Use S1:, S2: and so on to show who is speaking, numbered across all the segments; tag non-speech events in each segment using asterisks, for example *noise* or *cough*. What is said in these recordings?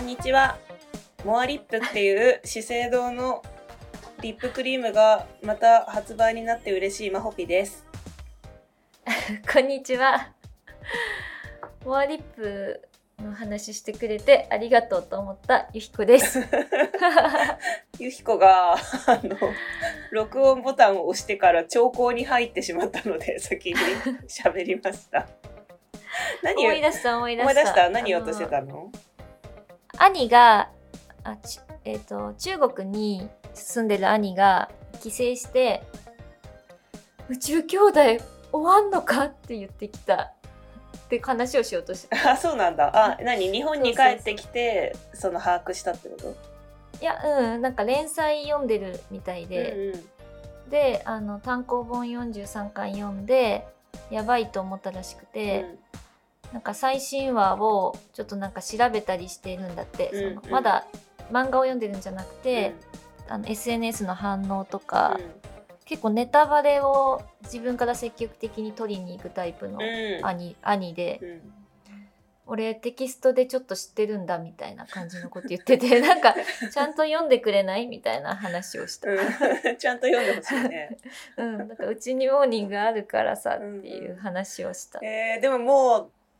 S1: んにちはモアリップっていう資生堂のリップクリームがまた発売になって嬉しいまほぴです
S2: こんにちは。モアリップの話してくれてありがとうと思ったゆひこです。
S1: ゆひこがあの録音ボタンを押してから兆候に入ってしまったので先
S2: *laughs*
S1: に喋りました何を
S2: 思い出した思い出した。
S1: 思い出した何言おうとして
S2: あ
S1: たの
S2: の兄が、あちえっ、と、中国に住んでる兄が帰省して、宇宙兄弟終わんのかって言ってきた。って話をしようとしてた。
S1: あそうなんだあ何日本に帰ってきてその把握したってこと
S2: いや、うん、なんか連載読んでるみたいで。
S1: うんうん
S2: であの単行本43巻読んでやばいと思ったらしくて、なんか最新話をちょっとなんか調べたりしてるんだっ
S1: う
S2: て、
S1: ん
S2: そ
S1: うん
S2: のまだ漫画を読んでるんじゃなく
S1: うん
S2: て、あの SNS の反応とか、
S1: う
S2: 結構ネタバレを自分から積極的に取りに行くタイプの
S1: んうん
S2: 兄,、兄で、
S1: うん
S2: 俺テキストでちょっと知ってるんだみたいな感じのこと言ってて
S1: *laughs*
S2: なんかちゃんと読んでくれないみたいな話をした。
S1: うん *laughs* ちゃんと読んでほしいね。
S2: うん、なんかうちにモーニングあるからさっていう話をした。
S1: えー、でもも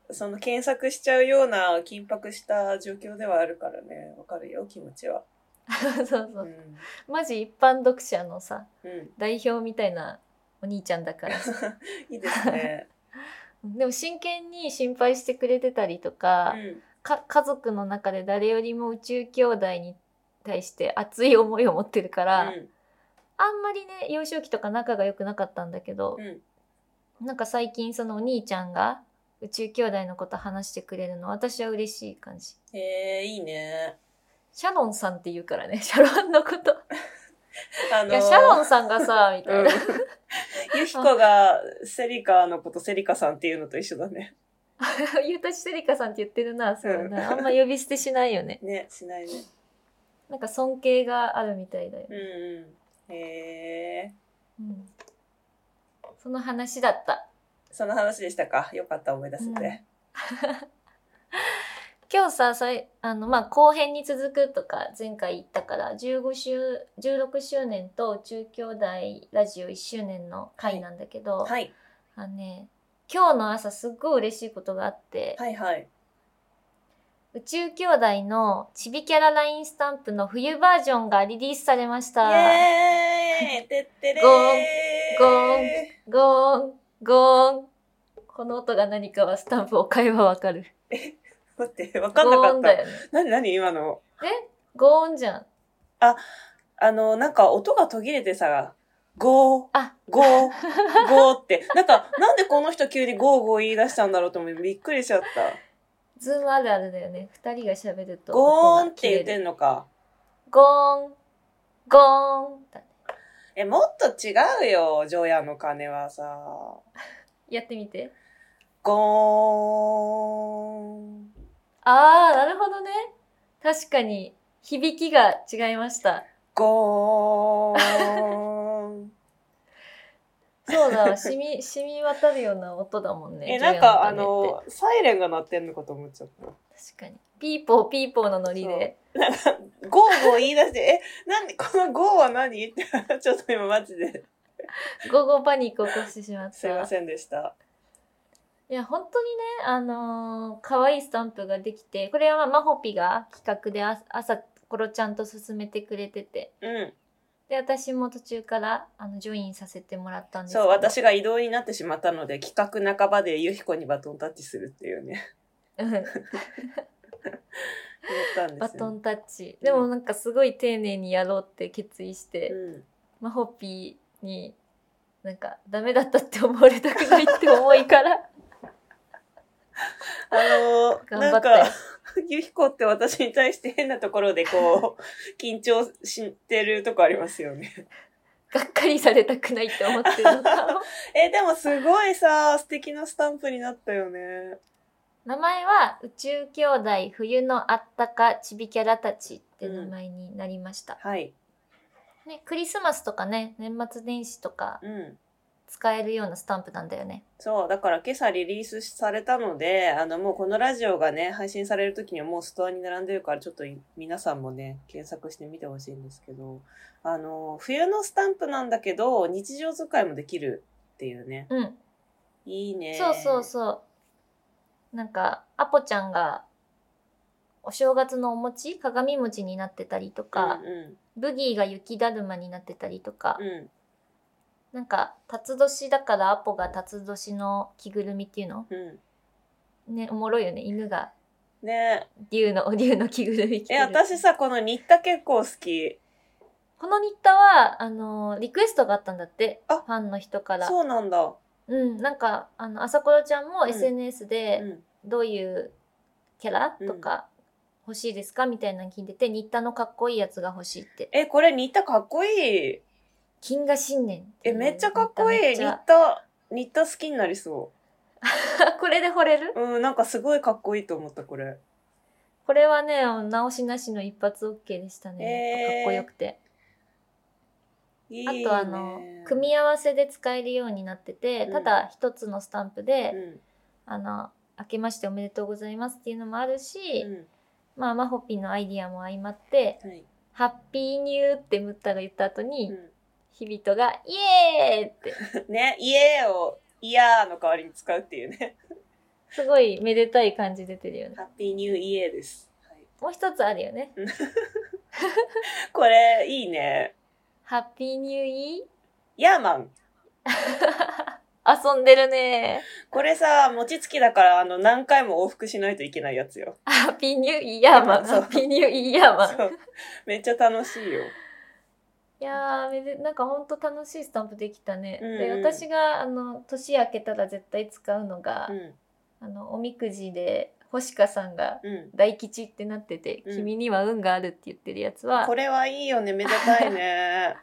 S1: うその検索しちゃうような緊迫した状況ではあるからねわかるよ気持ちは。
S2: *laughs* そうそうう。
S1: ん
S2: マジ一般読者のさ、
S1: うん、 *laughs*
S2: 代表みたいなお兄ちゃんだから。
S1: いいです
S2: *laughs*
S1: ね。
S2: でも真剣に心配してくれてたりと
S1: う
S2: か、
S1: ん、
S2: か家族の中で誰よりも宇宙兄弟に対して熱い思いを持ってるから、あんまりね、幼少期とか仲が良くなかったんだけど
S1: うん、、うん
S2: なんか最近そのお兄ちゃんが宇宙兄弟のこと話してくれるの、私は嬉しい感じ。
S1: えー、いいね。
S2: シャロンさんって言うからね、シャロンのこと。
S1: あ
S2: い
S1: の
S2: や、シャロンさんが
S1: *laughs*
S2: さ、みた
S1: う
S2: いな。
S1: ん、ユヒコがセリカのことセリカさんっていうのと一緒だね。
S2: ゆうたちセリカさんって言ってるな、そうだな。あんま呼び捨てしないよね。
S1: ねしないね。
S2: なんか尊敬があるみたいだよ。
S1: うんうん。え
S2: うん、その話だった。
S1: ー、その話でしたか。よかった思い出せて。
S2: 今日さ、さいあの、まあ、後編に続くとか前回言ったから、15周、16周年と中兄弟ラジオ1周年の回なんだけど、
S1: はい
S2: あのね、今日の朝すっごい嬉しいことがあって、
S1: はいはい。
S2: 宇宙兄弟のチビキャララインスタンプの冬バージョンがリリースされました。
S1: イエーイてってれー
S2: ゴーンゴーン、ゴーン。この音が何かはスタンプを買えばわかる。
S1: 待って、わかんなか
S2: ゴーン
S1: っ
S2: だ
S1: た。
S2: よね。
S1: なになに今の。
S2: ゴーンじゃん。
S1: あの、なんか音が途切れてさ、ゴー、
S2: あ、 *laughs*
S1: ゴー、ゴーって。なんか、なんでこの人急にゴーゴー言い出したんだろうと思ってびっくりしちゃった。
S2: ズームあるあるだよね。二人が喋ると。
S1: ゴーンって言って
S2: る。
S1: んのか。
S2: ゴーン、ゴーンだ。
S1: え、もっと違うよ、ジョヤの鐘はさ。
S2: やってみて。
S1: ゴーン。
S2: あー、なるほどね。確かに、響きが違いました。
S1: ゴー
S2: *laughs*
S1: ン。
S2: そうだ
S1: *laughs*
S2: わ、染み、染み渡るような音だもんね。
S1: え、なんかあ
S2: 14の鐘って、
S1: の、サイレンが鳴ってんのかと思っちゃった。
S2: 確かに。ピーポーピーポーのノリで。
S1: ゴーゴー言い出して、え、なんで、このゴーは何 *laughs* って、ちょっと今マジで、
S2: ゴーゴーパニック起こしてしまった。
S1: すいませんでした。
S2: いや、本当にね、あのー可愛いスタンプができて、これはまあ、まほぴが企画であ朝、コロちゃんと進めてくれてて、
S1: うん。
S2: で、私も途中から、あの、ジョインさせてもらったんですけ
S1: そ
S2: ど。
S1: う、。私が移動になってしまったので、企画半ばでゆひこにバトンタッチするっていうね、やったんですよ、ね。
S2: バトンタッチ。
S1: うん
S2: でもなんかすごい丁寧にやろうって決意して、
S1: うん。
S2: まほぴに、なんか、ダメだったって思われたくないって思いから、
S1: あのー、
S2: 頑張
S1: な
S2: っ
S1: ん
S2: たよ
S1: か、ゆひこって私に対して変なところでこ
S2: *laughs*
S1: う、緊張してるとこありますよね。
S2: がっかりされたくないって思ってるのかも
S1: え、でもすごいさ、素敵なスタンプになったよね。
S2: 名前は、宇宙兄弟冬のあったかちびキャラたちって名前になりました。
S1: はい。
S2: ね、クリスマスとかね、年末年始とか
S1: うん。
S2: 使えるようなスタンプなんだよね。
S1: そう、だから今朝リリースされたので、あの、もうこのラジオがね、配信される時にはもうストアに並んでるから、ちょっとい皆さんもね、検索してみてほしいんですけど、あの、冬のスタンプなんだけど、日常使いもできるっていうね。
S2: うん。
S1: いいね。
S2: そうそうそう。なんか、アポちゃんが、お正月のお餅鏡餅になってたりとか、
S1: うん
S2: ブギーが雪だるまになってたりとか、
S1: うん。うん
S2: なんか、辰年だからアポが辰年の着ぐるみっていうの
S1: うん。
S2: ね、おもろいよね。犬が
S1: ね
S2: 竜の、 *laughs* 竜の着ぐるみ着て
S1: え、
S2: る。
S1: 私さ、この新田結構好き。
S2: この新田は、あのーリクエストがあったんだって。フ
S1: あ
S2: ァンの人から。
S1: そうなんだ。
S2: うん、なんか、あの、朝ころちゃんも
S1: ん
S2: SNS
S1: う
S2: で、
S1: ん。
S2: どういうキャラ、
S1: うん
S2: とか、欲しいですかみたいなの聞いてて、新田のかっこいいやつが欲しいって。
S1: え、これ新田かっこいい。
S2: 金河新年てい
S1: え、
S2: う
S1: めっちゃかっこ
S2: め
S1: いい。
S2: っ
S1: 新
S2: ちゃ
S1: 田、新田好きになりそ
S2: これで惚れる
S1: う。うん、なんかすごいかっこいいと思った、これ。
S2: これはね、直しなしの一発 OK でした
S1: え
S2: ね。
S1: ー
S2: かっこよくて。
S1: いい
S2: あ
S1: ね。
S2: とあの組み合わせで使えるようになってて、
S1: うん
S2: ただ一つのスタンプで、
S1: うん
S2: あの明けましておめでとうございますっていうのもあるし、
S1: うん
S2: まあマホピーのアイディアも相まって
S1: はい
S2: 「ハッピーニュー」ってムッタが言った後に、
S1: う
S2: ヒビトが「イエーイ!」って
S1: ん、ね家を「イヤー」の代わりに使うっていう
S2: *laughs*
S1: ね
S2: すごいめでたい感じ出てる
S1: 「
S2: よね
S1: ハッピーニューイエー」です、はい、
S2: もう一つあるよね
S1: これいいね
S2: 「ハッピーニューイー
S1: ヤーマン」
S2: 遊んでるね
S1: これさ餅つきだからあの何回も往復しないといけないやつよ
S2: ハッピーニューイヤーマン
S1: そ
S2: ハ
S1: う
S2: ッピーニューイヤーマン
S1: そうめっちゃ楽しいよ
S2: いやーめでなんかほんと楽しいスタンプできたね。
S1: うんうん
S2: で私があの年明けたら絶対使うのが、
S1: うん
S2: あのおみくじで星香さんが
S1: うん
S2: 大吉ってなってて、
S1: うん
S2: 君には運があるって言ってるやつは
S1: これはいいよねめでたいね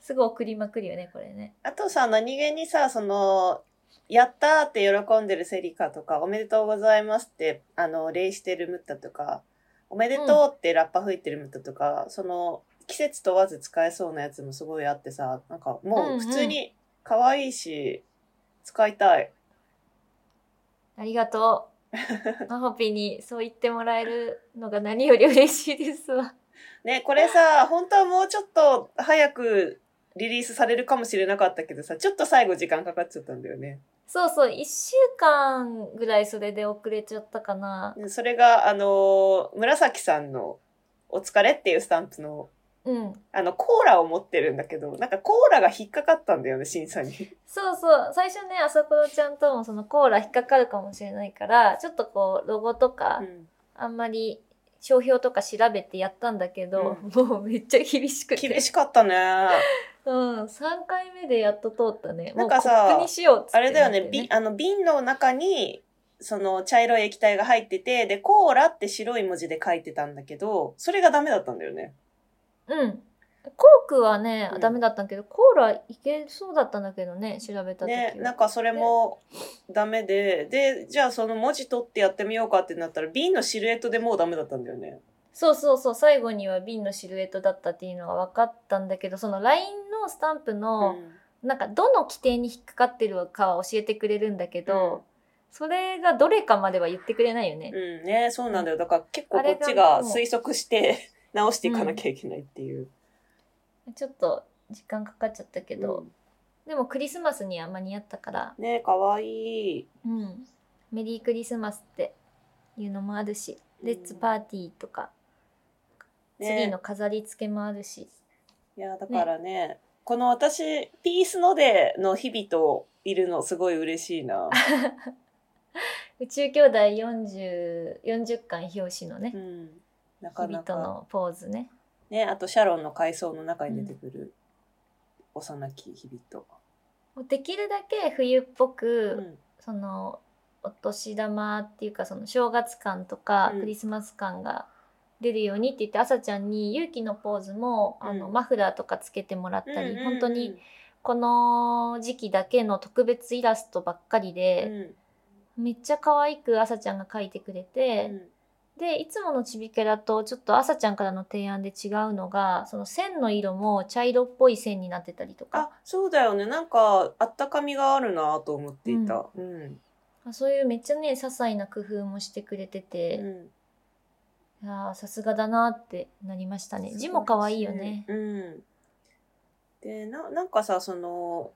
S2: すごい送りまくるよねこれね。
S1: あとさ何気にさそのやったーって喜んでるセリカとか、おめでとうございますって、あの、礼してるムッタとか、おめでとうってラッパ吹いてるムッタとか、その、季節問わず使えそうなやつもすごいあってさ、なんか
S2: うん
S1: も
S2: うん
S1: う普通に可愛いし、使いたい。
S2: ありがと *laughs* う。マホピにそう言ってもらえるのが何より嬉しいですわ。
S1: ね、これさ、本当はもうちょっと早くリリースされるかもしれなかったけどさ、ちょっと最後時間かかっちゃったんだよね。
S2: そうそう1週間ぐらいそれで遅れちゃったかな。
S1: でそれが、あのー紫さんのお疲れっていうスタンプの
S2: うん
S1: あの、コーラを持ってるんだけど、なんかコーラが引っかかったんだよね、審査に。
S2: そうそう最初ね朝ころちゃんともそのコーラ引っかかるかもしれないからちょっとこうロゴとか、
S1: うん
S2: あんまり商標とか調べてやったんだけど、もうめっちゃ厳しくて
S1: 厳しかったね。
S2: うん、3回目でやっと通ったね
S1: なんかさ
S2: もうコップにしようっつって
S1: あれだよね、
S2: なって
S1: 瓶、あの、瓶の中に、その茶色い液体が入ってて、で、コーラって白い文字で書いてたんだけど、それがダメだったんだよね。
S2: うんコークはね、
S1: うん
S2: ダメだったんけどコーラいけそうだったんだけどね調べた時は、
S1: ね、なんかそれもダメで、で、じゃあその文字取ってやってみようかってなったら、瓶のシルエットでもうダメだったんだよね。
S2: そうそうそう最後には瓶のシルエットだったっていうのが分かったんだけどその LINE のスタンプの、
S1: うん
S2: なんかどの規定に引っかかってるかは教えてくれるんだけど、それがどれかまでは言ってくれないよね。
S1: うんね、そうなんだよ。だから結構
S2: あれ
S1: こ
S2: が
S1: っちが
S2: もう
S1: 推測して直していかなきゃいけないっていう。
S2: ちょっと時間かかっちゃったけど、
S1: うん
S2: でもクリスマスには間に合ったから、
S1: ねかわいい。
S2: うん、メリークリスマスっていうのもあるし、
S1: うん
S2: レッツパーティーとか、ツリー
S1: ね
S2: の、飾り付けもあるし、
S1: いやだからねこの私ピースのでの日々といるのすごい嬉しい
S2: *laughs*
S1: な。
S2: 宇宙兄弟40、40巻表紙のね
S1: う、ん、なか
S2: 日
S1: な
S2: 々
S1: か
S2: とのポーズね。
S1: ねあとシャロンの回想の中に出てくる幼き日々と。
S2: もうできるだけ冬っぽ
S1: う
S2: く、
S1: ん
S2: そのお年玉っていうかその正月感とか
S1: うん
S2: クリスマス感が出るようにって言って、朝ちゃんに勇気のポーズも、あの
S1: うん
S2: マフラーとかつけてもらったり、
S1: うんうん
S2: 本当にこの時期だけの特別イラストばっかり
S1: うん
S2: で、めっちゃ可愛く朝ちゃんが描いてくれ
S1: う
S2: て、
S1: ん
S2: でいつものちびけらとちょっと朝ちゃんからの提案で違うのがその線の色も茶色っぽい線になってたりと
S1: あ
S2: か、
S1: そうだよね。なんか、あったかみがあるなと思っていた。うん。
S2: あそういうめっちゃね些細な工夫もしてくれて
S1: う
S2: て、
S1: ん。
S2: いやーさすがだなってなりましたね字も可愛いよね。
S1: うん。で、な、なんかさ、その、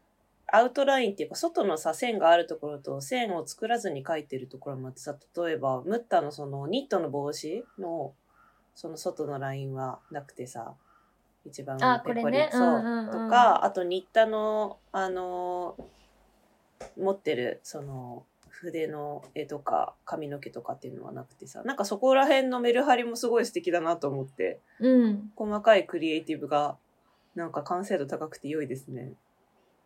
S1: アウトラインっていうか、外のさ、線があるところと、線を作らずに描いてるところもあってさ、例えば、ムッタのその、ニットの帽子の、その外のラインはなくてさ、一番上
S2: あ
S1: のペ
S2: こ
S1: コ
S2: れ
S1: リ、
S2: ね
S1: そう、
S2: うんうんうん
S1: とか、あと、ニッタの、あの、持ってる、その、筆の絵とか髪の毛とかっていうのはなくてさ、なんかそこら辺のメルハリもすごい素敵だなと思って。
S2: うん、
S1: 細かいクリエイティブがなんか完成度高くて良いですね。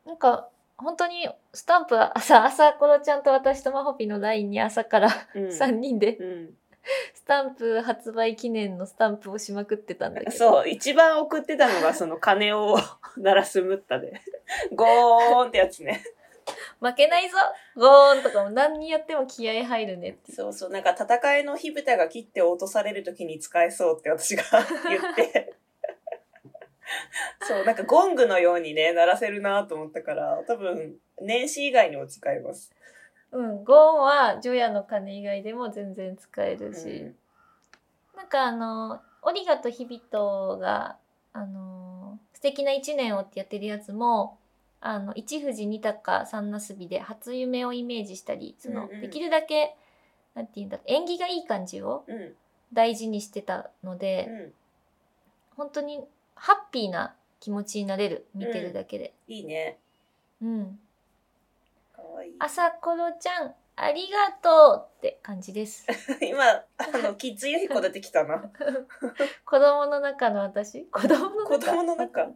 S2: なんか本当にスタンプ朝朝ころちゃんと私とまほぴの LINE に朝から
S1: うん。
S2: 3人で
S1: うん、
S2: スタンプ発売記念のスタンプをしまくってたんだけど
S1: そう、一番送ってたのがその鐘を *laughs* 鳴らすムッタで。ゴーンってやつね。
S2: 負けないぞゴーンとかも何にやっても気合入るねっていう
S1: そうそう、なんか戦いの火蓋が切って落とされる時に使えそうって私が *laughs* 言って。そう、なんかゴングのようにね、鳴らせるなと思ったから、多分、年始以外にも使えます。
S2: うん、ゴーンは除夜の鐘以外でも全然使えるし、なんかあのオリガとヒビトが「あの素敵な一年を」ってやってるやつも「あの一富士二鷹三なすび」で初夢をイメージしたりその、
S1: うんうん
S2: できるだけなんて言うんだ縁起がいい感じを
S1: うん。うん。
S2: 大事にしてたので、
S1: うん。
S2: 本当にハッピーな気持ちになれる見てるだけで。
S1: いいね。
S2: うん
S1: かわいい。
S2: 朝ころちゃん、ありがとうって感
S1: *laughs*
S2: じです。
S1: 今、あの、キッズユヒコ出てきたな。
S2: 子供の中の私子供の中
S1: 子供の
S2: *laughs*
S1: 中。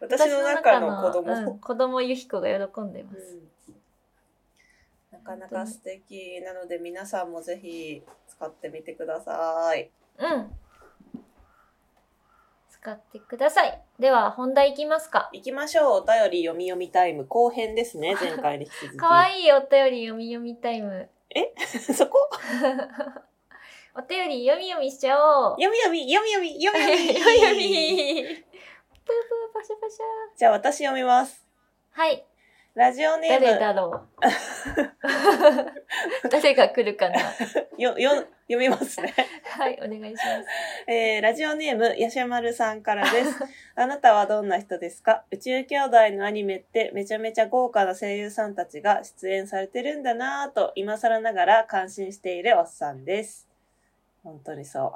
S1: 私の中の子供。
S2: うん子供ゆひこが喜んでま
S1: う
S2: す。
S1: んなかなか素敵なので、皆さんもぜひ使ってみてください。
S2: うん。使ってください。では、本題いきますか。
S1: 行きましょう。お便り読み読みタイム後編ですね。前回に引き続き。
S2: かわいいお便り読み読みタイム。
S1: *laughs* そこ
S2: お便り読み読みしちゃおう。
S1: 読み読み、読み読み、読み読み。
S2: 読み *laughs* 読み。プープーパシャパシャ。
S1: じゃあ私読みます。
S2: はい。
S1: ラジオネーム。
S2: 誰だろ
S1: *laughs*
S2: う。 *laughs* 誰が来るかな。
S1: よ、よ、読みますね。
S2: はい、お願いします。
S1: えーラジオネーム、やしゃまるさんからです。 *laughs* あなたはどんな人ですか宇宙兄弟のアニメってめちゃめちゃ豪華な声優さんたちが出演されてるんだなぁと今更ながら感心しているおっさんです。本当にそう。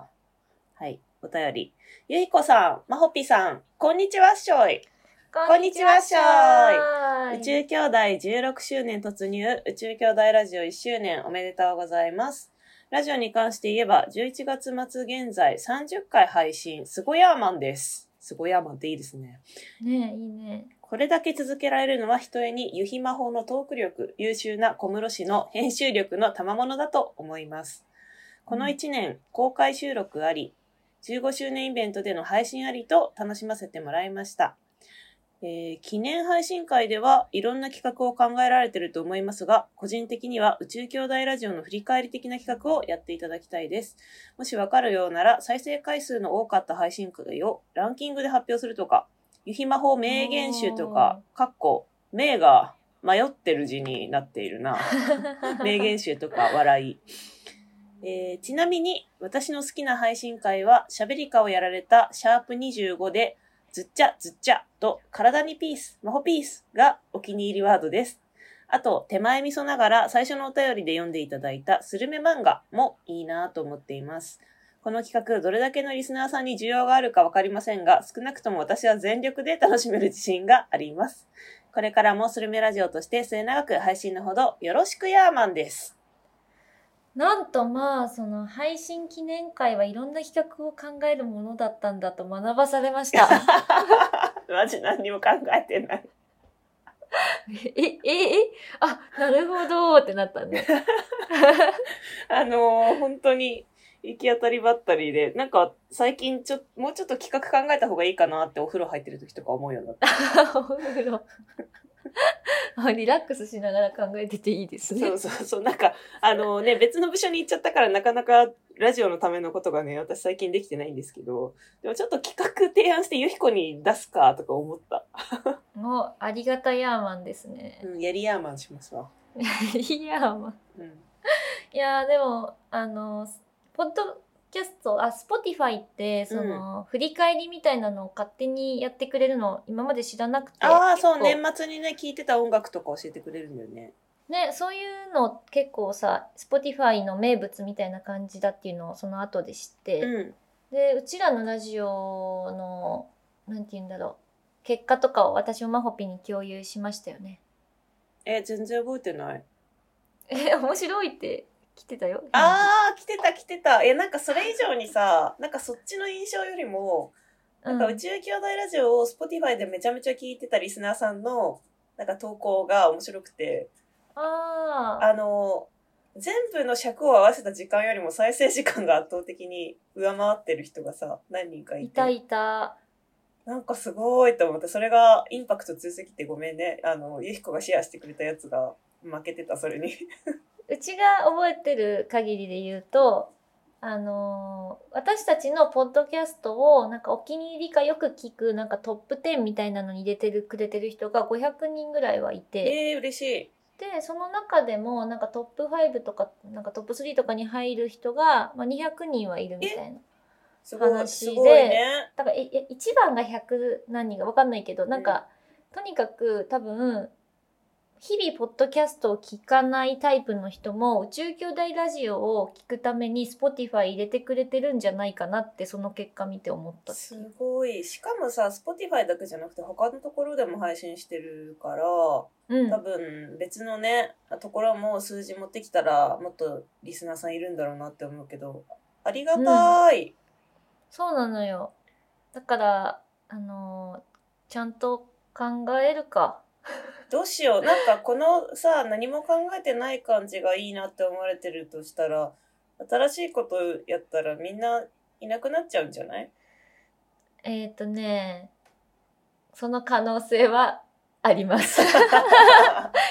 S1: はい、お便り。ゆいこさん、まほぴさん、こんにちはっしょい。
S2: こ
S1: んにちはしょ
S2: ー
S1: 宇宙兄弟16周年突入、宇宙兄弟ラジオ1周年おめでとうございます。ラジオに関して言えば、11月末現在30回配信、すごヤーマンです。すごヤーマンっていいですね。
S2: ねえいいね。
S1: これだけ続けられるのは、ひとえに、ゆひ魔法のトーク力、優秀な小室氏の編集力の賜物だと思います。この1年、公開収録あり、15周年イベントでの配信ありと楽しませてもらいました。えー記念配信会ではいろんな企画を考えられてると思いますが、個人的には宇宙兄弟ラジオの振り返り的な企画をやっていただきたいです。もしわかるようなら、再生回数の多かった配信会をランキングで発表するとか、ゆひ魔法名言集とか、かっこ、名が迷ってる字になっているな。 *laughs*
S2: *laughs*
S1: 名言集とか笑い。えーちなみに、私の好きな配信会は、喋りかをやられたシャープ25で、ずっちゃずっちゃと体にピース、魔法ピースがお気に入りワードです。あと、手前味噌ながら最初のお便りで読んでいただいたスルメ漫画もいいなと思っています。この企画、どれだけのリスナーさんに需要があるかわかりませんが、少なくとも私は全力で楽しめる自信があります。これからもスルメラジオとして末永く配信のほどよろしくヤーマンです。
S2: なんとまあその配信記念会はいろんな企画を考えるものだったんだと学ばされました。
S1: *laughs* マジ何にも考えてない。
S2: *laughs* えええあなるほどーってなった *laughs* ね。
S1: あのー本当に行き当たりばったりで、なんか最近ちょ、もうちょっと企画考えた方がいいかなってお風呂入ってる時とか思うようにな *laughs* った。
S2: お風呂あリラックスしながら考えてていいですね。
S1: そうそうそう、なんか、あのーね、別の部署に行っちゃったからなかなかラジオのためのことがね、私最近できてないんですけど、でもちょっと企画提案してゆひこに出すかとか思った。
S2: もうありがたヤーマンですね。 *laughs*
S1: うん、やりヤーマンしますわ。
S2: いやーまあ
S1: うん。
S2: いやーでもあのポッドキャストあスポティファイってその、振り返りみたいなのを勝手にやってくれるの今まで知らなくて
S1: ああ、そう、
S2: 結
S1: 年
S2: 構
S1: 末にね、聴いてた音楽とか教えてくれるんだよね。
S2: ねそういうの結構さスポティファイの名物みたいな感じだっていうのをその後で知って、
S1: うん。
S2: でうちらのラジオのなんて言うんだろう結果とかを私もマホピに共有しましたよね。
S1: え、全然覚えてない。
S2: え面白いって来てたよ。
S1: ああ、来てた来てた。え、なんかそれ以上にさ、なんかそっちの印象よりも、
S2: う
S1: なん
S2: ん
S1: か宇宙兄弟ラジオを Spotify でめちゃめちゃ聞いてたリスナーさんの、なんか投稿が面白くて、
S2: あー
S1: あの、全部の尺を合わせた時間よりも再生時間が圧倒的に上回ってる人がさ、何人かい
S2: い
S1: て。
S2: たいた。
S1: なんかすごいと思って、それがインパクト強すぎてごめんね。あの、ゆひこがシェアしてくれたやつが負けてた、それに。
S2: うちが覚えてる限りで言うと、あのー私たちのポッドキャストをなんかお気に入りかよく聞くなんかトップ10みたいなのに入れてるくれてる人が500人ぐらいはいて、
S1: ええー、嬉しい。
S2: でその中でもなんかトップ5とかなんかトップ3とかに入る人が、まあ、200人はいるみたいな。
S1: すごい、
S2: 話
S1: す
S2: で
S1: ごいね。
S2: だからええ1番が100何人かわかんないけどなんか、とにかく多分日々ポッドキャストを聞かないタイプの人も宇宙兄弟ラジオを聞くために Spotify 入れてくれてるんじゃないかなってその結果見て思ったって
S1: す
S2: いう
S1: ごい。しかもさ、Spotify だけじゃなくて他のところでも配信してるから、
S2: うん
S1: 多分別のね、ところも数字持ってきたらもっとリスナーさんいるんだろうなって思うけど、ありがたい。
S2: そうなのよだからあのーちゃんと考えるか
S1: どうしよう。なんかこのさ、何も考えてない感じがいいなって思われてるとしたら、新しいことやったらみんないなくなっちゃうんじゃない *laughs*
S2: えっ、ー、とねその可能性はあります
S1: *laughs*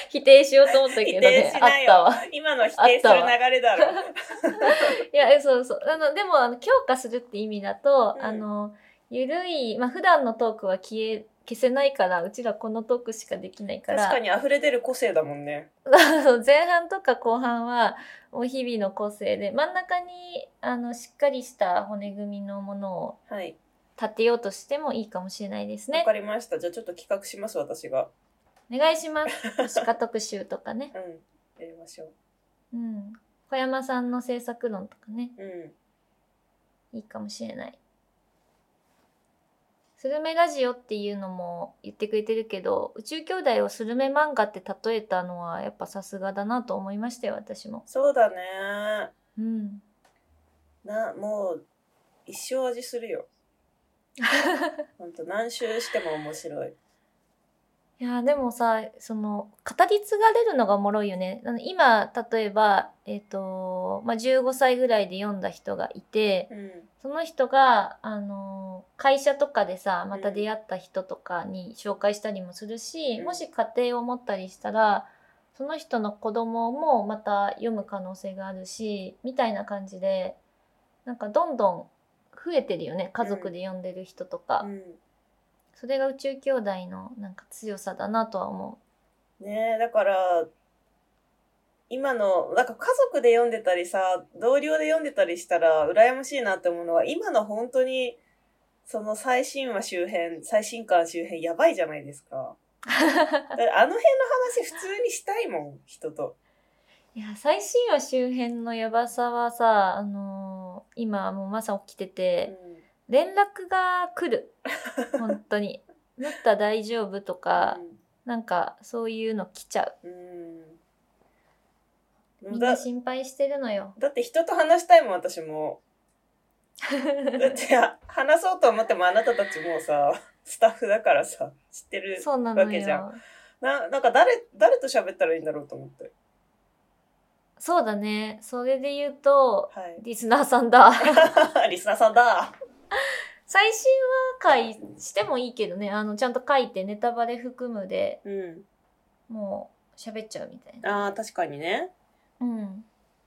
S2: 否定しようと思ったけど
S1: 否
S2: ね
S1: 定し
S2: あっ
S1: ないよ
S2: たわ
S1: 今の否定する流れだろ。
S2: いや、えそうそう。あの、でも、あの、強化するって意味だと、
S1: うん
S2: あの、ゆるい、まあ、普段のトークは消え、消せないから、うちらこのトークしかできないか
S1: 確
S2: ら、
S1: かに溢れ出る個性だもんね。
S2: そう *laughs* 前半とか後半は、もう日々の個性で、真ん中に、あの、しっかりした骨組みのものを
S1: はい。
S2: 立てようとしてもいいかもしれないです
S1: わ
S2: ね。
S1: かりました。じゃあちょっと企画します、私が。
S2: お願いします。鹿特集とかね。
S1: うん。やりましょ
S2: うん。小山さんの制作論とかね。
S1: う。うん。
S2: いいかもしれない。スルメラジオっていうのも言ってくれてるけど、宇宙兄弟をスルメ漫画って例えたのはやっぱさすがだなと思いましたよ、私も。
S1: そうだね。
S2: うん。
S1: な、もう、一生味するよ。ほんと、何周しても面白い。
S2: いやーでもさ、その、語り継がれるのがおもろいよね。あの今、例えば、えっ、と、まあ、15歳ぐらいで読んだ人がいて、
S1: うん。
S2: その人が、あのー会社とかでさ、また出会った人とかに紹介したりもするし、
S1: うん
S2: もし家庭を持ったりしたら、その人の子供もまた読む可能性があるし、みたいな感じで、なんかどんどん増えてるよね。家族で読んでる人とか。
S1: うん
S2: それが宇宙兄弟のなんか強さだなとは思
S1: ねえだから今のなんか家族で読んでたりさ同僚で読んでたりしたら羨ましいなって思うのは今の本当にその最新話周辺最新刊周辺やばいじゃないですか。だからあの辺の話普通にしたいもん人と。
S2: う。いや、最新話周辺のやばさはさ、あのー今もうまさ起きてて、連絡が来る本当に「なった大丈夫?」とか、なんかそういうの来ちゃう
S1: うんう
S2: み
S1: ん
S2: ん
S1: だ
S2: な心配してるの
S1: *laughs*
S2: よ
S1: だって人と話したいもん私も。だってあ話そうと思ってもあなたたちもうさスタッフだからさ知ってる
S2: そうなの
S1: わけじゃ
S2: よ
S1: ななんか誰誰と喋ったらいいんだろうと思って。
S2: そうだねそれで言うと
S1: はい。
S2: リスナーさんだ
S1: *laughs* リスナーさんだ。
S2: 最新話回してもいいけどねあのちゃんと書いてネタバレ含むで
S1: うん。
S2: もう喋っちゃうみたい
S1: あ
S2: な
S1: あ、確かにね。
S2: うん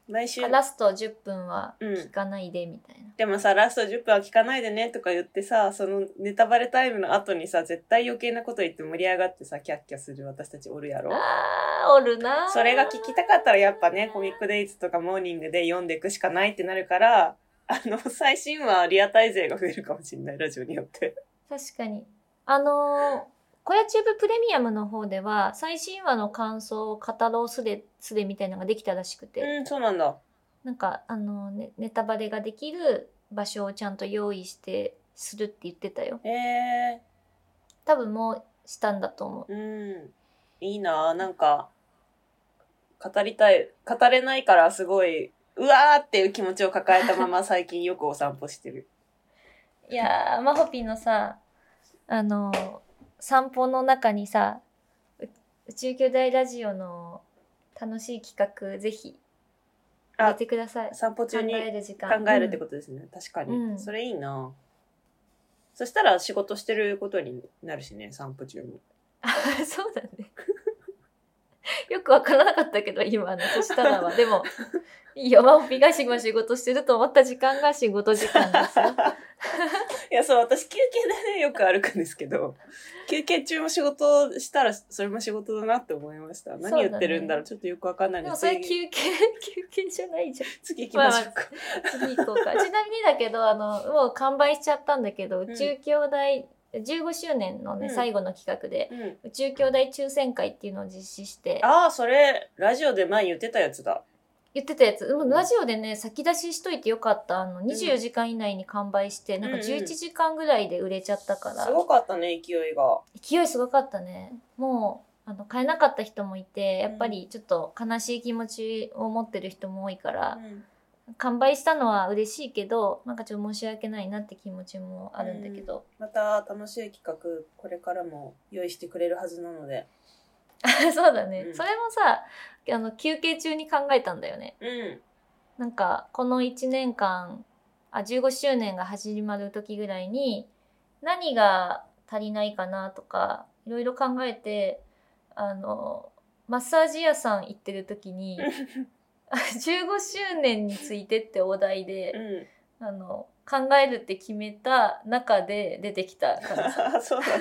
S1: 毎週
S2: あラスト10分は
S1: うん
S2: 聞かないでみたいな、
S1: でもさラスト10分は聞かないでねとか言ってさそのネタバレタイムの後にさ絶対余計なこと言って盛り上がってさキャッキャする私たちおるやろ
S2: あーおるなー
S1: それが聞きたかったらやっぱねコミックデイズとかモーニングで読んでいくしかないってなるからあの最新話リアタイ勢が増えるかもしれないラジオによって
S2: 確かにあのー小屋チューブプレミアムの方では最新話の感想を語ろうすれすれみたいなのができたらしくて、
S1: うんそうなんだ
S2: なんかあのー、ね、ネタバレができる場所をちゃんと用意してするって言ってたよ
S1: えー、
S2: 多分もうしたんだと思う
S1: うん。いいなあなんか、語りたい、語れないからすごい、うわーっていう気持ちを抱えたまま最近よくお散歩してる。
S2: いやー、まほぴんのさ、あのー、散歩の中にさ、う宇宙兄弟ラジオの楽しい企画、ぜひ、
S1: あ
S2: 入れてください。
S1: 散歩
S2: 考
S1: 中に
S2: える時間。
S1: 考えるって
S2: と、
S1: ことですね。確かに。
S2: うん
S1: それいいなあそしたら仕事してることになるしね、散歩中も。
S2: あそうだね。 *laughs* よくわからなかったけど、今の、そしたらは。でも、いいよ、まほぴんが今仕事してると思った時間が仕事時間で
S1: *laughs*
S2: すよ。
S1: いや、そう、私休憩でね、よく歩くんですけど、休憩中も仕事したら、それも仕事だなって思いました。
S2: ね
S1: 何言ってるんだろう、ちょっとよくわかんない
S2: で
S1: で
S2: も、
S1: す
S2: それ休憩、休憩じゃないじゃん。
S1: 次次行きましょうか。
S2: 次行こうか。ちなみにだけど、あの、もう完売しちゃったんだけど、宇宙兄弟、15周年のね、
S1: うん
S2: 最後の企画で、
S1: うん。
S2: 宇宙兄弟抽選会っていうのを実施して、
S1: ああ、それ、ラジオで前言ってたやつだ。
S2: 言ってたやつ、うんラジオでね、先出ししといてよかった。あの、24時間以内に完売して、なんか
S1: うんうん
S2: 11時間ぐらいで売れちゃったから、
S1: すごかったね、勢いが。
S2: 勢いすごかったね。もう、あの、買えなかった人もいて、やっぱりちょっと悲しい気持ちを持ってる人も多いから、完売したのは嬉しいけど、なんかちょっと申し訳ないなって気持ちもあるんだけど、
S1: また楽しい企画、これからも用意してくれるはずなので。
S2: *laughs* そうだね、
S1: うん
S2: それもさあの休憩中に考えたんだよね
S1: うん。
S2: なんかこの1年間あ15周年が始まる時ぐらいに何が足りないかなとかいろいろ考えてあのマッサージ屋さん行ってる時
S1: *laughs*
S2: に15周年についてってお題
S1: う
S2: で、
S1: ん。 *laughs*
S2: あの考えるって決めた中で出てきた
S1: *laughs*
S2: からさ
S1: そうなんだ。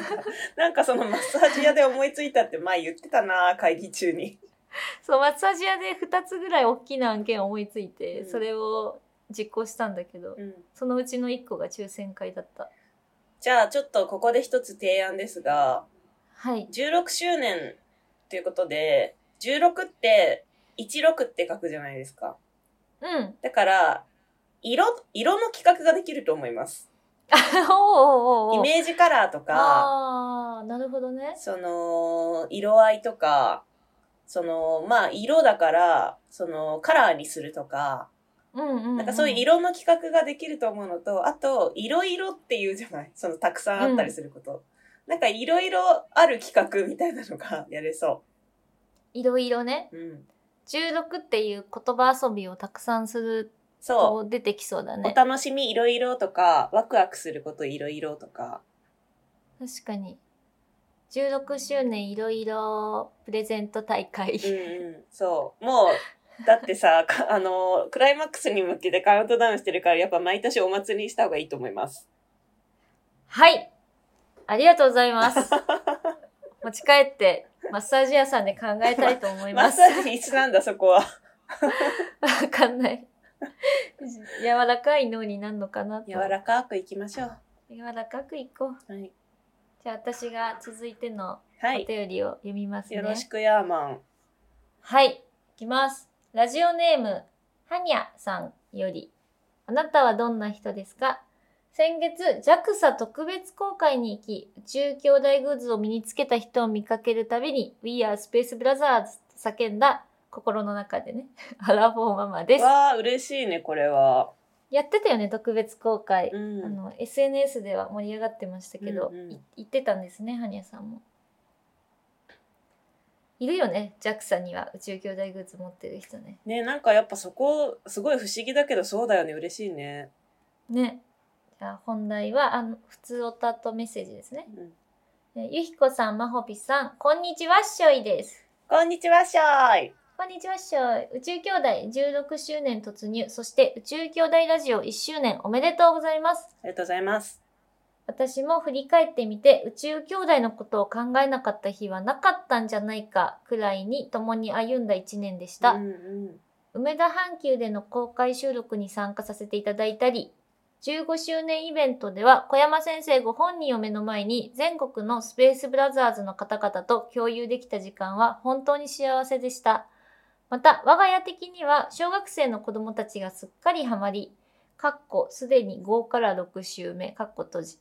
S1: なんかそのマッサージ屋で思いついたって前言ってたな、会議中に。
S2: そうマッサージ屋で2つぐらい大きな案件思いついて、
S1: うん
S2: それを実行したんだけど、
S1: うん。
S2: そのうちの1個が抽選会だった
S1: じゃあ、ちょっとここで一つ提案ですが、
S2: はい
S1: 16周年ということで、16って、16って書くじゃないですか。
S2: うん
S1: だから、色、色の企画ができると思います。
S2: *laughs* おーおーおーおー
S1: イメージカラーとか、
S2: あーなるほどね
S1: その、色合いとか、その、まあ、色だから、その、カラーにするとか、
S2: うんうん、うん、
S1: なんかそういう色の企画ができると思うのと、あと、いろいろっていうじゃない *laughs* その、たくさんあったりすること。なんか、いろいろある企画みたいなのがやれそ
S2: 色々ね
S1: う。うん。
S2: 16っていう言葉遊びをたくさんする
S1: そ
S2: と出てきそうだ
S1: う。お
S2: ね
S1: 楽しみいろいろとか、ワクワクすることいろいろとか。
S2: 確かに16周年いろいろプレゼント大会、
S1: うんうん。そう。もう、だってさ、 *laughs* かあの、クライマックスに向けてカウントダウンしてるから、やっぱ毎年お祭りにした方がいいと思います。
S2: はいありがとうございます
S1: *laughs*
S2: 持ち帰ってマッサージ屋さんで考えたいと思い
S1: マッ
S2: ます
S1: サージ一緒なんだ、そこ
S2: *laughs*
S1: は。
S2: わかんない。柔らかい脳になるのかなと。
S1: 柔らかくいきましょう。
S2: 柔らかくいこう。
S1: はい。
S2: じゃあ私が続いての
S1: は
S2: お
S1: い。
S2: 便りを読みますね。
S1: よろしく、ヤーマン。
S2: はい。いきます。ラジオネーム、はにゃさんより。あなたはどんな人ですか先月、JAXA 特別公開に行き、宇宙兄弟グッズを身につけた人を見かけるたびに、We are Space Brothers って叫んだ心の中でね、 *laughs* アラフォーママです。
S1: わあ、嬉しいね、これは。
S2: やってたよね、特別公開。
S1: うん。
S2: あの SNS では盛り上がってましたけど、
S1: うんうん
S2: い言ってたんですね羽生さんもいるよね JAXA には宇宙兄弟グッズ持ってる人ね
S1: ね、なんかやっぱそこ、すごい不思議だけど、そうだよね、嬉しいね。
S2: ねじゃあ本題はあの普通オタとメッセージですね
S1: うん
S2: えゆひこさんまほぴさんこんにちはっしょいです
S1: こんにちは、しょーい。
S2: こんにちは、師匠。宇宙兄弟16周年突入、そして宇宙兄弟ラジオ1周年おめでとうございます。
S1: ありがとうございます。
S2: 私も振り返ってみて宇宙兄弟のことを考えなかった日はなかったんじゃないかくらいに共に歩んだ1年でした、
S1: うんうん。
S2: 梅田阪急での公開収録に参加させていただいたり15周年イベントでは小山先生ご本人を目の前に全国のスペースブラザーズの方々と共有できた時間は本当に幸せでしたまた我が家的には小学生の子供たちがすっかりハマりかっこすでに5から6週目かっこ閉じ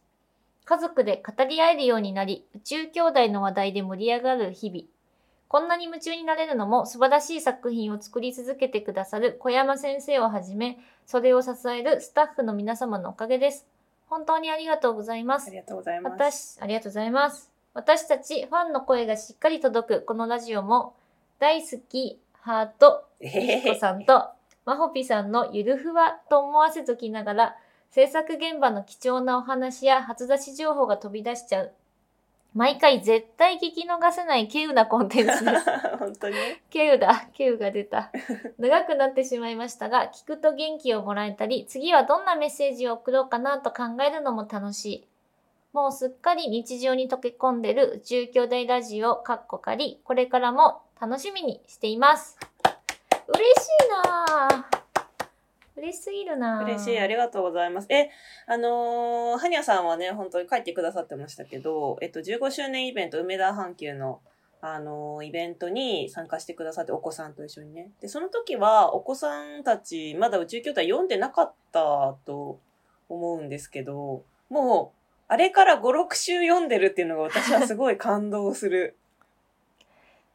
S2: 家族で語り合えるようになり宇宙兄弟の話題で盛り上がる日々こんなに夢中になれるのも素晴らしい作品を作り続けてくださる小山先生をはじめ、それを支えるスタッフの皆様のおかげです。本当にありがとうございま
S1: あ
S2: す
S1: り。がとうございます。
S2: 私、ありがとうございます。私たちファンの声がしっかり届くこのラジオも、大好き、ハート、
S1: え
S2: こさんと、まほぴさんのゆるふわと思わせときながら、制作現場の貴重なお話や初出し情報が飛び出しちゃう。毎回絶対聞き逃せない稀有なコンテンツです。
S1: *laughs* 本当に。
S2: ケウだ、ケウが出た。長くなってしまいましたが、聞くと元気をもらえたり、次はどんなメッセージを送ろうかなと考えるのも楽しい。もうすっかり日常に溶け込んでる宇宙兄弟ラジオ、かっこかり、これからも楽しみにしています。嬉しいなぁ。嬉しすぎるなぁ。
S1: 嬉しい、ありがとうございます。え、あのー、はにゃさんはね、本当に帰ってくださってましたけど、えっと、15周年イベント、梅田阪急の、あのーイベントに参加してくださって、お子さんと一緒にね。で、その時は、お子さんたち、まだ宇宙筐体読んでなかったと思うんですけど、もう、あれから5、6週読んでるっていうのが私はすごい感動する。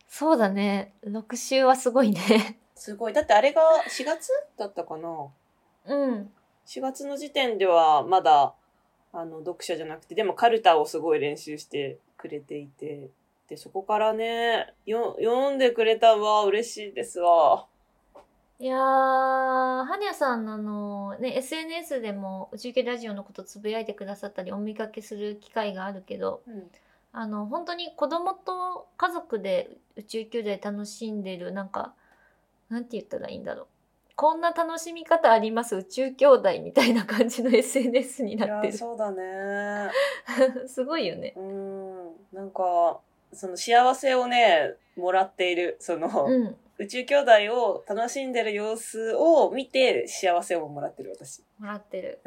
S2: そうだね。6週はすごいね。
S1: *laughs* すごい。だってあれが4月だったかな
S2: うん。
S1: 4月の時点ではまだあの読者じゃなくてでもカルタをすごい練習してくれていてでそこからねよ読んでくれたわ嬉しいですわ
S2: いやー、はにゃさん、あの、ね、SNS でも宇宙系ラジオのことつぶやいてくださったり、お見かけする機会があるけど、
S1: うん
S2: あの、本当に子供と家族で宇宙兄弟楽しんでる、なんか、なんて言ったらいいんだろう。こんな楽しみ方あります、宇宙兄弟みたいな感じの SNS に
S1: い
S2: なっ
S1: や
S2: てる。
S1: そうだね
S2: *laughs* すごいよね。
S1: うんなんかその幸せをねもらっているその、
S2: うん。
S1: 宇宙兄弟を楽しんでる様子を見て幸せをもらってる私
S2: もらって
S1: *laughs*
S2: る。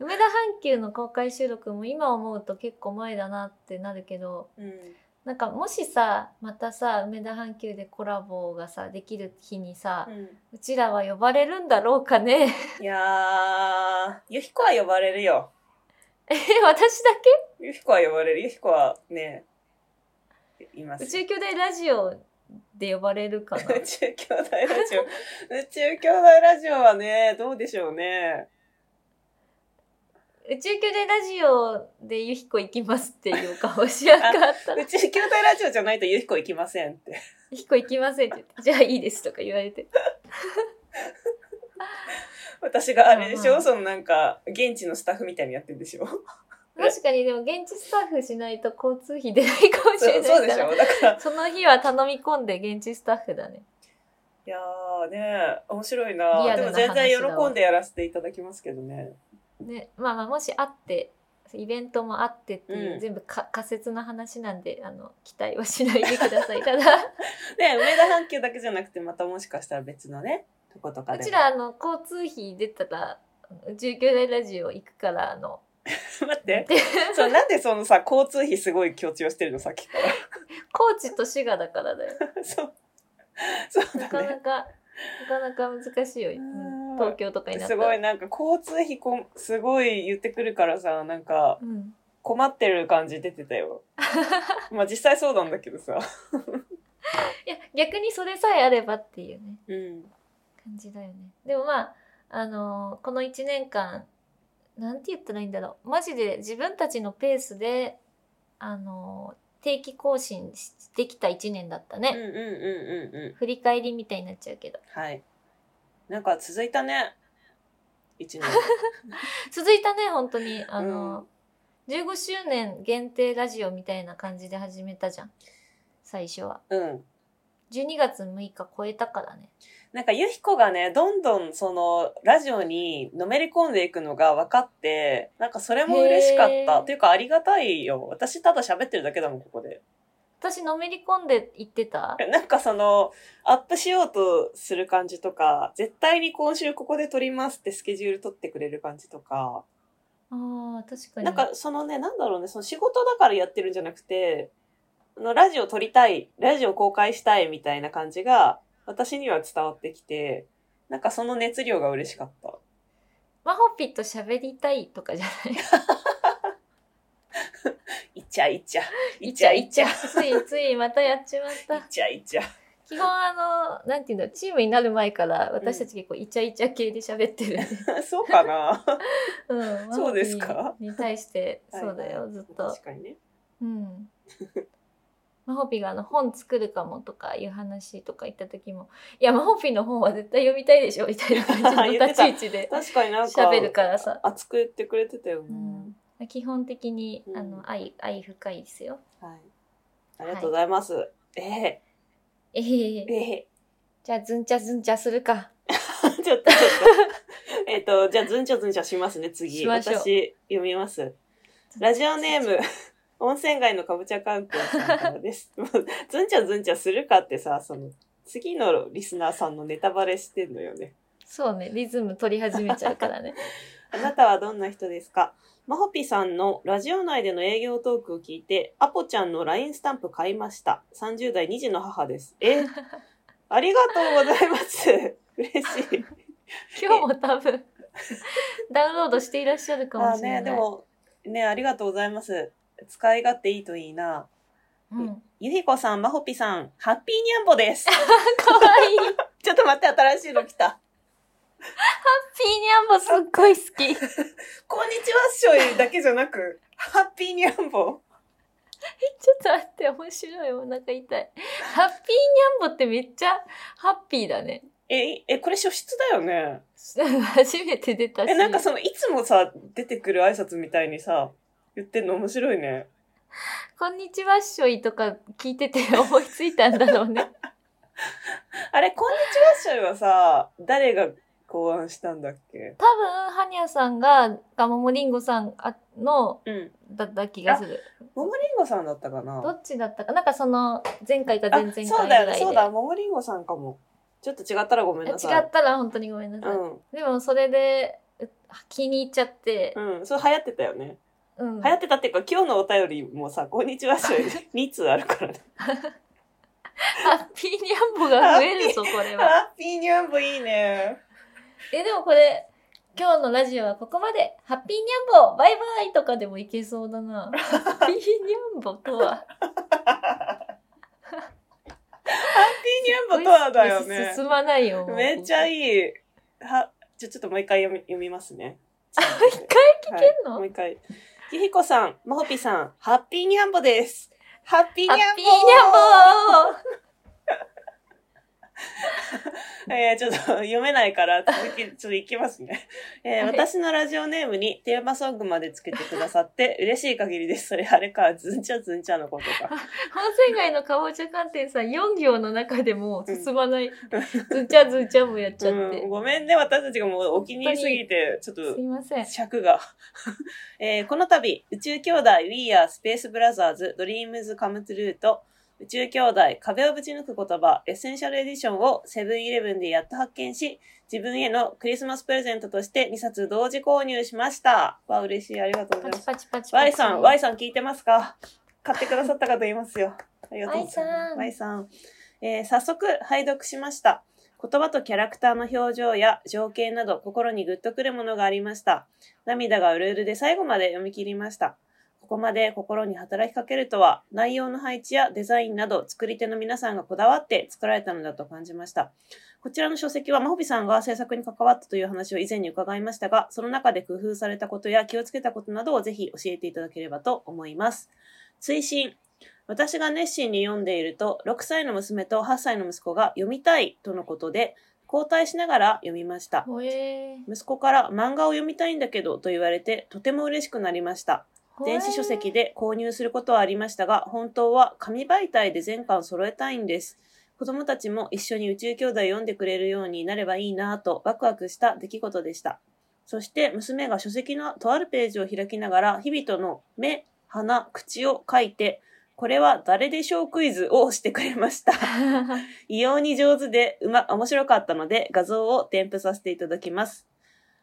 S2: 梅田阪急の公開収録も今思うと結構前だなってなるけど、
S1: うん
S2: なんかもしさまたさ梅田阪急でコラボがさできる日にさ、う
S1: うん
S2: ちらは呼ばれるんだろうかね *laughs*
S1: いやーユヒコは呼ばれるよ
S2: え私だ
S1: ゆひこは呼ばれる。ゆひこはね、いま
S2: け
S1: す。
S2: 宇宙兄弟ラジオで呼ばれる
S1: *laughs*
S2: かな
S1: 宇宙兄弟ラジオ。宇宙兄弟ラジオはね、どうでしょうね。
S2: 宇宙兄弟ラジオでゆひこ行きますっていう顔しやがった
S1: *laughs*
S2: ら
S1: 宇宙兄弟ラジオじゃないとゆひこ行きませんって。
S2: ゆひこ行きませんって言ってじゃあいいですとか言われて
S1: 私があれでし
S2: まあま
S1: ょ
S2: あ
S1: そのなんか、現地のスタッフみたいにやってるでしょそ
S2: 確かにでも現地スタッフしないと交通費出ないかもしれ
S1: うそう
S2: ない
S1: で
S2: か
S1: し
S2: ら
S1: ょだから。
S2: その日は頼み込んで現地スタッフだね
S1: いやーね、面白い
S2: リ
S1: な
S2: ア
S1: で
S2: ルな
S1: も
S2: 話だ
S1: 全
S2: わ
S1: 然喜んでやらせていただきますけどね。
S2: ね、まあまあもしあってイベントもあってっていう、
S1: うん
S2: 全部か仮説の話なんであの期待はしないでくださいただ
S1: ね、梅田阪急だけじゃなくて、またもしかしたら別のね、とことかで
S2: う
S1: も。
S2: ちらあの交通費出たら宇宙兄弟ラジオ行くからあの
S1: 待って。
S2: で
S1: そう、なんでそのさ、交通費すごい強調してるのさっきから。
S2: 高知と滋賀だからだよ
S1: *laughs* そう。そう
S2: なか
S1: だ
S2: な
S1: ね。
S2: か、なかなか難しいよ、うん
S1: うん
S2: 東京とかになった
S1: す
S2: ら
S1: ごいなんか交通費こすごい言ってくるからさなんか
S2: うん、
S1: 困ってる感じ出てた
S2: *laughs*
S1: よまあ実際そうなんだけどさ、
S2: いや逆にそれさえあればっていうね
S1: うん、
S2: 感じだよねでもまああのーこの1年間なんて言ったらいいんだろうマジで自分たちのペースであのー定期更新しできた1年だった
S1: うんうん
S2: ね、
S1: うんうんうん
S2: 振り返りみたいになっちゃうけど
S1: はいなんか続いたね一年
S2: 続いたね本当にあのー、15周年限定ラジオみたいな感じで始めたじゃん最初は
S1: うん
S2: 12月6日超えたからね。
S1: なんかゆひこがね、どんどんそのラジオにのめり込んでいくのが分かって、なんかそれも嬉しかっ
S2: へー
S1: た。というかありがたいよ。私ただ喋ってるだけだもん、ここで。
S2: 私のめり込んで行ってた
S1: *laughs* なんかその、アップしようとする感じとか、絶対に今週ここで撮りますってスケジュール取ってくれる感じとか、
S2: ああ、確かに。
S1: なんかそのね、なんだろうね、その仕事だからやってるんじゃなくて、あのラジオ撮りたい、ラジオ公開したいみたいな感じが、私には伝わってきて、なんかその熱量が嬉しかった。
S2: マホピと喋りたいとかじゃない
S1: いっちゃいっちゃ。い
S2: い
S1: っちゃいっちゃ。い
S2: ついついまたやっちま
S1: *laughs*
S2: っ。
S1: ったちゃいっちゃ。
S2: 基本あの、なんていうんだ、チームになる前から私たち結構イチャイチャ系で喋ってる。
S1: そうか
S2: *laughs*
S1: な
S2: う
S1: *laughs*
S2: ん。
S1: そうですか
S2: マホピに対して、そうだよ、ずっと。
S1: 確かにね。
S2: うん。マホピがあの本作るかもとかいう話とか言った時も、いや、マホピの本は絶対読みたいでしょみたいな感じの
S1: *laughs* 言ってた
S2: 立ち位置で
S1: 確かになんか、
S2: 喋るからさ。
S1: 熱く言ってくれてたよね。
S2: うん、基本的に、
S1: うん
S2: あの愛愛深いですよ。
S1: はい。ありがとうございます。え
S2: えへへ
S1: ー、え
S2: じゃあズンチャズンチャするか。
S1: ー、 *laughs* ちょっ
S2: *laughs*
S1: とちょっと。えっと、じゃあ、ずんちゃずんちゃしますね、次。
S2: しましょう
S1: 私、読みます。ラジオネーム、温泉街のかぼちゃ観光さんからです。 *laughs* もうずんちゃずんちゃするかってさ、その、次のリスナーさんのネタバレしてんのよね。
S2: そうねリズム取り始めちゃうか
S1: *laughs*
S2: らね。 *laughs*
S1: あなたはどんな人ですかマホピさんのラジオ内での営業トークを聞いて、アポちゃんの LINE スタンプ買いました。30代2児の母です。
S2: *laughs*
S1: えありがとうございます。嬉しい。
S2: 今日も多分 *laughs* ダウンロードしていらっしゃるかも
S1: あ
S2: しれない。
S1: ね、でも、ね、ありがとうございます。使い勝手いいといいな。
S2: うん、
S1: ゆひこさん、まほぴさん、ハッピーニャンボです。 *laughs*
S2: 可愛いい。
S1: ちょっと待って、新しいの来た。
S2: ピーニャンもすっごい好き。
S1: こんにちはっしょいだけじゃなく、ハッピーニャンボ。
S2: ちょっと待って面白いお腹痛い。ハッピーニャンボってめっちゃハッピーだね。 *laughs*
S1: え、え、これ初出だよね。
S2: 初めて出たし。
S1: え、なんかその、いつもさ、出てくる挨拶みたいにさ、言ってんの面白いね。
S2: こんにちはっしょいとか聞いてて思いついたんだろうね。
S1: *laughs* あれ、こんにちはっしょいはさ、誰が考案したんだっけ
S2: 多分、ハニャさんが、がももりんごさんあの、
S1: うん。
S2: だった気がする。
S1: ももりんごさんだったか
S2: ど
S1: な
S2: っちだったかなんかその、前回か
S1: あ
S2: 前々回ぐ
S1: そう
S2: ら
S1: だ
S2: い
S1: よ
S2: で。
S1: ね、そうだ、ももりんごさんかも。ちょっと違ったらごめんなさい。
S2: 違ったら本当にごめんなさい。
S1: う
S2: でも、それで、う気に入っちゃって、
S1: ん。うん。それ流行ってたよね。
S2: うん。
S1: 流行ってたっていうか、今日のお便りもさ、こんにちはっしょい2通あるからね。
S2: ハッピーニャンボが増えるぞ、これは。
S1: ハッピーニャンボいいね。
S2: え、でもこれ、今日のラジオはここまで。ハッピーニャンボバイバイとかでもいけそうだな。ハッピーニャンボとは。
S1: ハッピーニャンボとはだよね。
S2: 進まないよ。も
S1: *laughs*
S2: う
S1: めっちゃいい。は、じゃ、ちょっともう一回読み、読みますね。
S2: もう一回聞けんの
S1: はいもう一回。ゆひこさん、まほぴさん、ハッピーニャンボです。ハッピーニャンボ
S2: ハッピーニャンボー
S1: えー、ちょっと読めないから、続き、ちょっ *laughs* といきますね。えー
S2: はい
S1: 私のラジオネームにテーマソングまでつけてくださって、嬉しい限りです。それ、あれか、ずんちゃずんちゃのことか。
S2: 温泉街のかぼちゃ寒天さん4行の中でもう進まない、ずんちゃずんちゃも *laughs* やっちゃって、
S1: うん、ごめんね、私たちがもうお気に入りすぎて、ちょっと。
S2: すいません
S1: 尺が、 *laughs* えーこの度、宇宙兄弟 We Are Space Brothers Dreams Come True と、宇宙兄弟壁をぶち抜く言葉エッセンシャルエディションをセブンイレブンでやっと発見し、自分へのクリスマスプレゼントとして2冊同時購入しました。わ、嬉しい。ありがとうご
S2: パ
S1: ざいます。
S2: チパチパチパチ
S1: Y さん、Y さん聞いてますか買ってくださった方いますよ。ありがとうございます。
S2: Y
S1: Y さん。えー早速、拝読しました。言葉とキャラクターの表情や情景など心にグッとくるものがありました。涙がうるうるで最後まで読み切りました。ここまで心に働きかけるとは、内容の配置やデザインなど作り手の皆さんがこだわって作られたのだと感じました。こちらの書籍は、まほびさんが制作に関わったという話を以前に伺いましたが、その中で工夫されたことや気をつけたことなどをぜひ教えていただければと思います。追伸私が熱心に読んでいると、6歳の娘と8歳の息子が読みたいとのことで、交代しながら読みました。
S2: ほえー
S1: 息子から漫画を読みたいんだけどと言われて、とても嬉しくなりました。
S2: ほえー
S1: 電子書籍で購入することはありましたが、本当は紙媒体で全巻揃えたいんです。子供たちも一緒に宇宙兄弟を読んでくれるようになればいいなぁとワクワクした出来事でした。そして娘が書籍のとあるページを開きながら、日々との目、鼻、口を書いて、これは誰でしょうクイズをしてくれました。 *laughs* 異様に上手で、うま、面白かったので、画像を添付させていただきます。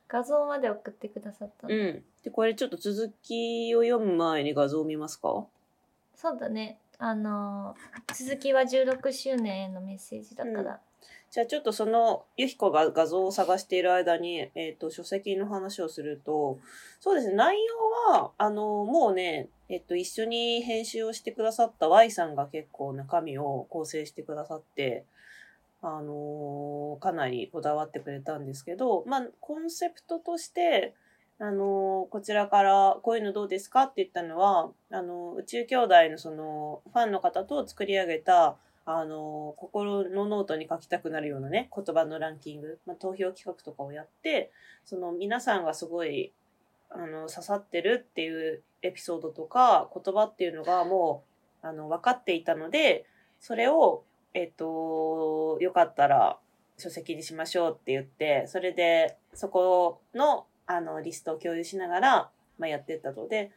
S2: 画像まで送ってくださったの、
S1: うん。で、これちょっと続きを読む前に画像を見ますか
S2: そうだねあのー続きは16周年へのメッセージだ *laughs* から、
S1: じゃあちょっとそのゆひこが画像を探している間に、えっと書籍の話をするとそうですね内容はあのもうね、えっと一緒に編集をしてくださった Y さんが結構中身を構成してくださって、あのかなりこだわってくれたんですけど、まあ、コンセプトとして、あのこちらからこういうのどうですかって言ったのはあの宇宙兄弟のそのファンの方と作り上げたあの心のノートに書きたくなるようなね言葉のランキング、まあ、投票企画とかをやってその皆さんがすごいあの刺さってるっていうエピソードとか言葉っていうのがもうあの分かっていたのでそれを、えっとよかったら書籍にしましょうって言ってそれでそこのあのリストを共有しながら、まあ、やっていったので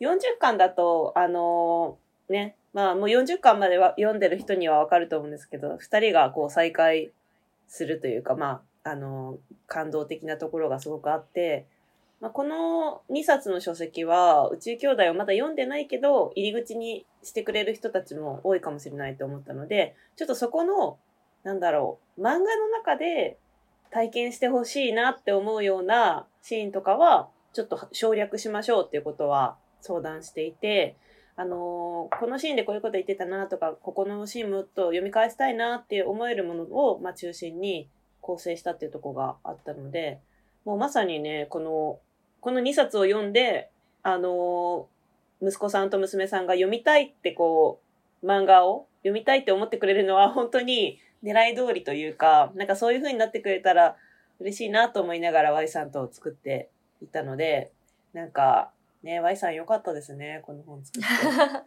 S1: 40巻だとあのね、まあもう40巻までは読んでる人にはわかると思うんですけど、二人がこう再会するというか、まあ、あの、感動的なところがすごくあって、まあ、この2冊の書籍は、宇宙兄弟をまだ読んでないけど、入り口にしてくれる人たちも多いかもしれないと思ったので、ちょっとそこの、なんだろう、漫画の中で体験してほしいなって思うようなシーンとかは、ちょっと省略しましょうっていうことは相談していて、あのーこのシーンでこういうこと言ってたなとか、ここのシーンもっと読み返したいなって思えるものを、まあ、中心に構成したっていうところがあったので、もうまさにね、この、この2冊を読んで、あのー息子さんと娘さんが読みたいってこう、漫画を読みたいって思ってくれるのは *laughs* 本当に狙い通りというか、なんかそういう風になってくれたら嬉しいなと思いながら Y さんと作っていったので、なんか、ね、Y さん良かったですね、この本作って。
S2: *laughs*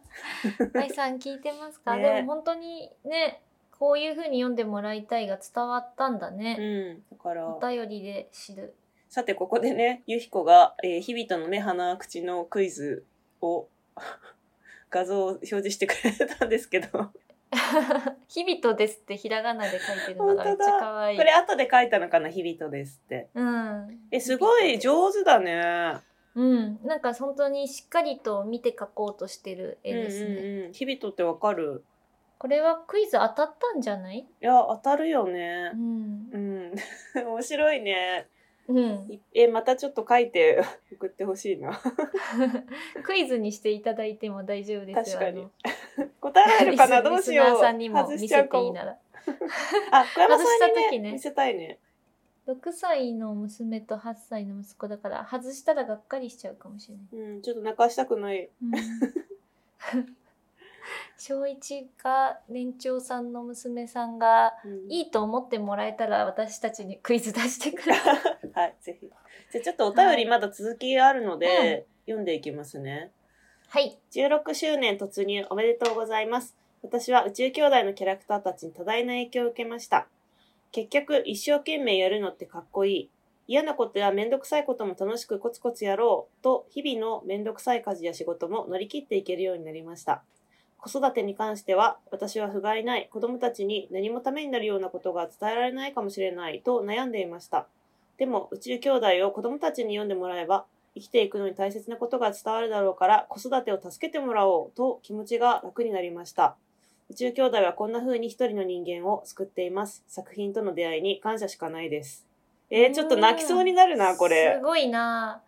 S2: 愛さん聞いてますか、
S1: ね
S2: でも本当にねこういう風に読んでもらいたいが伝わったんだね、
S1: うん、だから
S2: お、便りで知る *laughs*
S1: さてここでね、ゆひこが、えー、日々との目、鼻、口のクイズを、 *laughs* 画像を表示してくれたんですけど、こ
S2: 日々とですってひらがなで書いてるのがめ
S1: 本
S2: っち
S1: 当
S2: ゃ
S1: だ
S2: 可愛い。
S1: れ後で書いたのかな、日々とですって。
S2: うん。
S1: え、すごい
S2: 手。
S1: 上手だね。
S2: うん。なんか本当にしっかりと見て書こうとしてる絵ですね。
S1: うんうんうん。日々とってわかる。
S2: これはクイズ当たったんじゃない？
S1: いや、当たるよね
S2: う。ん
S1: う。ん。 *laughs* 面白いね。
S2: うん。 *laughs*
S1: いえ、またちょっと書いて *laughs* 送ってほしいな。 *laughs*
S2: クイズにしていただいても大丈夫です
S1: 確
S2: よ。
S1: かに
S2: あの
S1: 答えられるかな、どうしよ
S2: *laughs* リスナ
S1: う。
S2: ーさんにも
S1: 外
S2: 見
S1: しちゃ
S2: せ
S1: うか
S2: ていい
S1: も。
S2: なら。
S1: あ、小山さん
S2: 外した
S1: に
S2: 時ね
S1: ね、見せたいね。
S2: 6歳の娘と8歳の息子だから外したらがっかりしちゃうかもしれない。
S1: うん、ちょっと泣かしたくない。 *laughs*
S2: 小一が年長さんの娘さんが
S1: うん
S2: いいと思ってもらえたら私たちにクイズ出してくれ
S1: *laughs* はい、ぜひ。じゃあちょっとお便りまだ続きがあるので、
S2: はい
S1: 読んでいきますね。
S2: はい。
S1: 16周年突入おめでとうございます。私は宇宙兄弟のキャラクターたちに多大な影響を受けました。結局、一生懸命やるのってかっこいい。嫌なことやめんどくさいことも楽しくコツコツやろうと、日々のめんどくさい家事や仕事も乗り切っていけるようになりました。子育てに関しては、私は不甲斐ない子供たちに何もためになるようなことが伝えられないかもしれないと悩んでいました。でも、宇宙兄弟を子供たちに読んでもらえば、生きていくのに大切なことが伝わるだろうから子育てを助けてもらおうと気持ちが楽になりました。宇宙兄弟はこんな風に一人の人間を救っています。作品との出会いに感謝しかないです。えー、ちょっと泣きそうになるな、こ
S2: す
S1: れ。
S2: ごいな。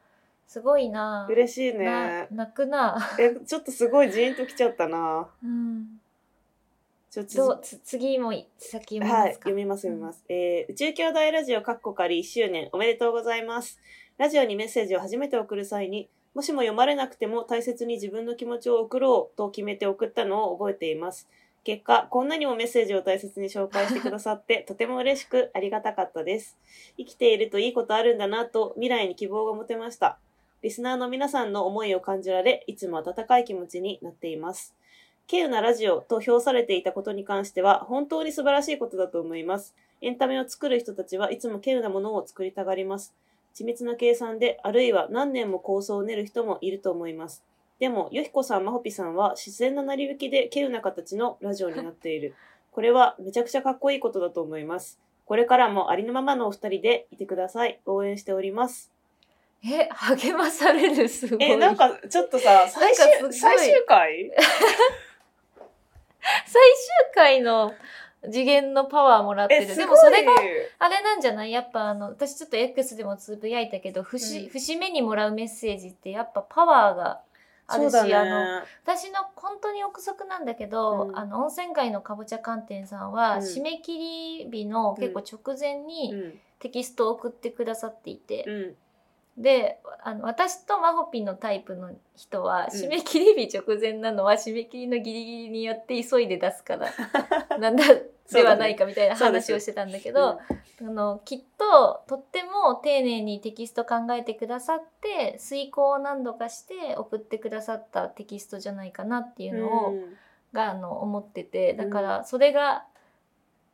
S2: すごいな。
S1: 嬉しい
S2: な
S1: ね。
S2: 泣くな。
S1: え、ちょっとすごいジーンときちゃったな。
S2: うん。
S1: ちょっと
S2: どうつ次もい先読み
S1: は
S2: ま
S1: い、
S2: すか。
S1: 読みます、読みます。えー、宇宙兄弟ラジオかっこかり1周年おめでとうございます。ラジオにメッセージを初めて送る際に、もしも読まれなくても大切に自分の気持ちを送ろうと決めて送ったのを覚えています。結果、こんなにもメッセージを大切に紹介してくださ
S2: *laughs*
S1: って、とても嬉しくありがたかったです。生きているといいことあるんだなと未来に希望が持てました。リスナーの皆さんの思いを感じられ、いつも温かい気持ちになっています。稀有なラジオと評されていたことに関しては本当に素晴らしいことだと思います。エンタメを作る人たちはいつも稀有なものを作りたがります。緻密な計算で、あるいは何年も構想を練る人もいると思います。でも、よひこさん、まほぴさんは自然な成り行きで稀有な形のラジオになっている。これはめちゃくちゃかっこいいことだと思います。これからもありのままのお二人でいてください。応援しております。
S2: え、励まされる、すごい。
S1: え、なんかちょっとさ、最終
S2: なんかすごい
S1: 最終回
S2: 最終回の次元のパワーもらって
S1: え、
S2: る。
S1: すごい
S2: でもそれが、あれなんじゃないやっぱあの、私ちょっと X でもつぶやいたけど、節、
S1: うん
S2: 節目にもらうメッセージってやっぱパワーがあるし、あの、
S1: ね。
S2: 私の本当に憶測なんだけど、
S1: うん
S2: あの温泉街のかぼちゃ寒天さん
S1: う
S2: は、
S1: ん
S2: 締め切り日の結構直前
S1: う
S2: に
S1: ん。
S2: テキストを送ってくださっていて、
S1: うん。
S2: であの私とマホピのタイプの人は
S1: うん
S2: 締め切り日直前なのは締め切りのギリギリによって急いで出すから
S1: *laughs*
S2: なんだではないかみたいな
S1: そうです
S2: 話をしてたんだけど、あのきっととっても丁寧にテキスト考えてくださって遂行を何度かして送ってくださったテキストじゃないかなっていうのを、
S1: うん
S2: があの思ってて
S1: ん
S2: だからそれが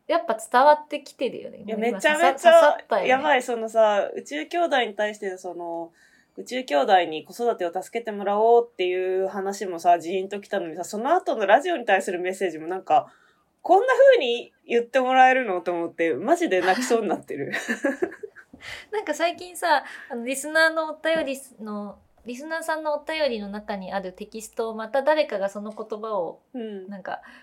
S2: やっぱ伝わってきてるよね。
S1: いや、
S2: もう
S1: め
S2: 今
S1: ちゃめ
S2: 刺
S1: ち
S2: さ刺さったよ
S1: ゃ、
S2: ね
S1: やばい、そのさ、宇宙兄弟に対してのその、宇宙兄弟に子育てを助けてもらおうっていう話もさ、ジーンときたのにさ、その後のラジオに対するメッセージもなんか、こんな風に言ってもらえるのと思って、マジで泣きそうになって
S2: *laughs*
S1: る。
S2: なんか最近さあのリスナーのお便りのリスナーさんのお便りの中にあるテキストをまた誰かがその言葉を
S1: うん。
S2: なんか「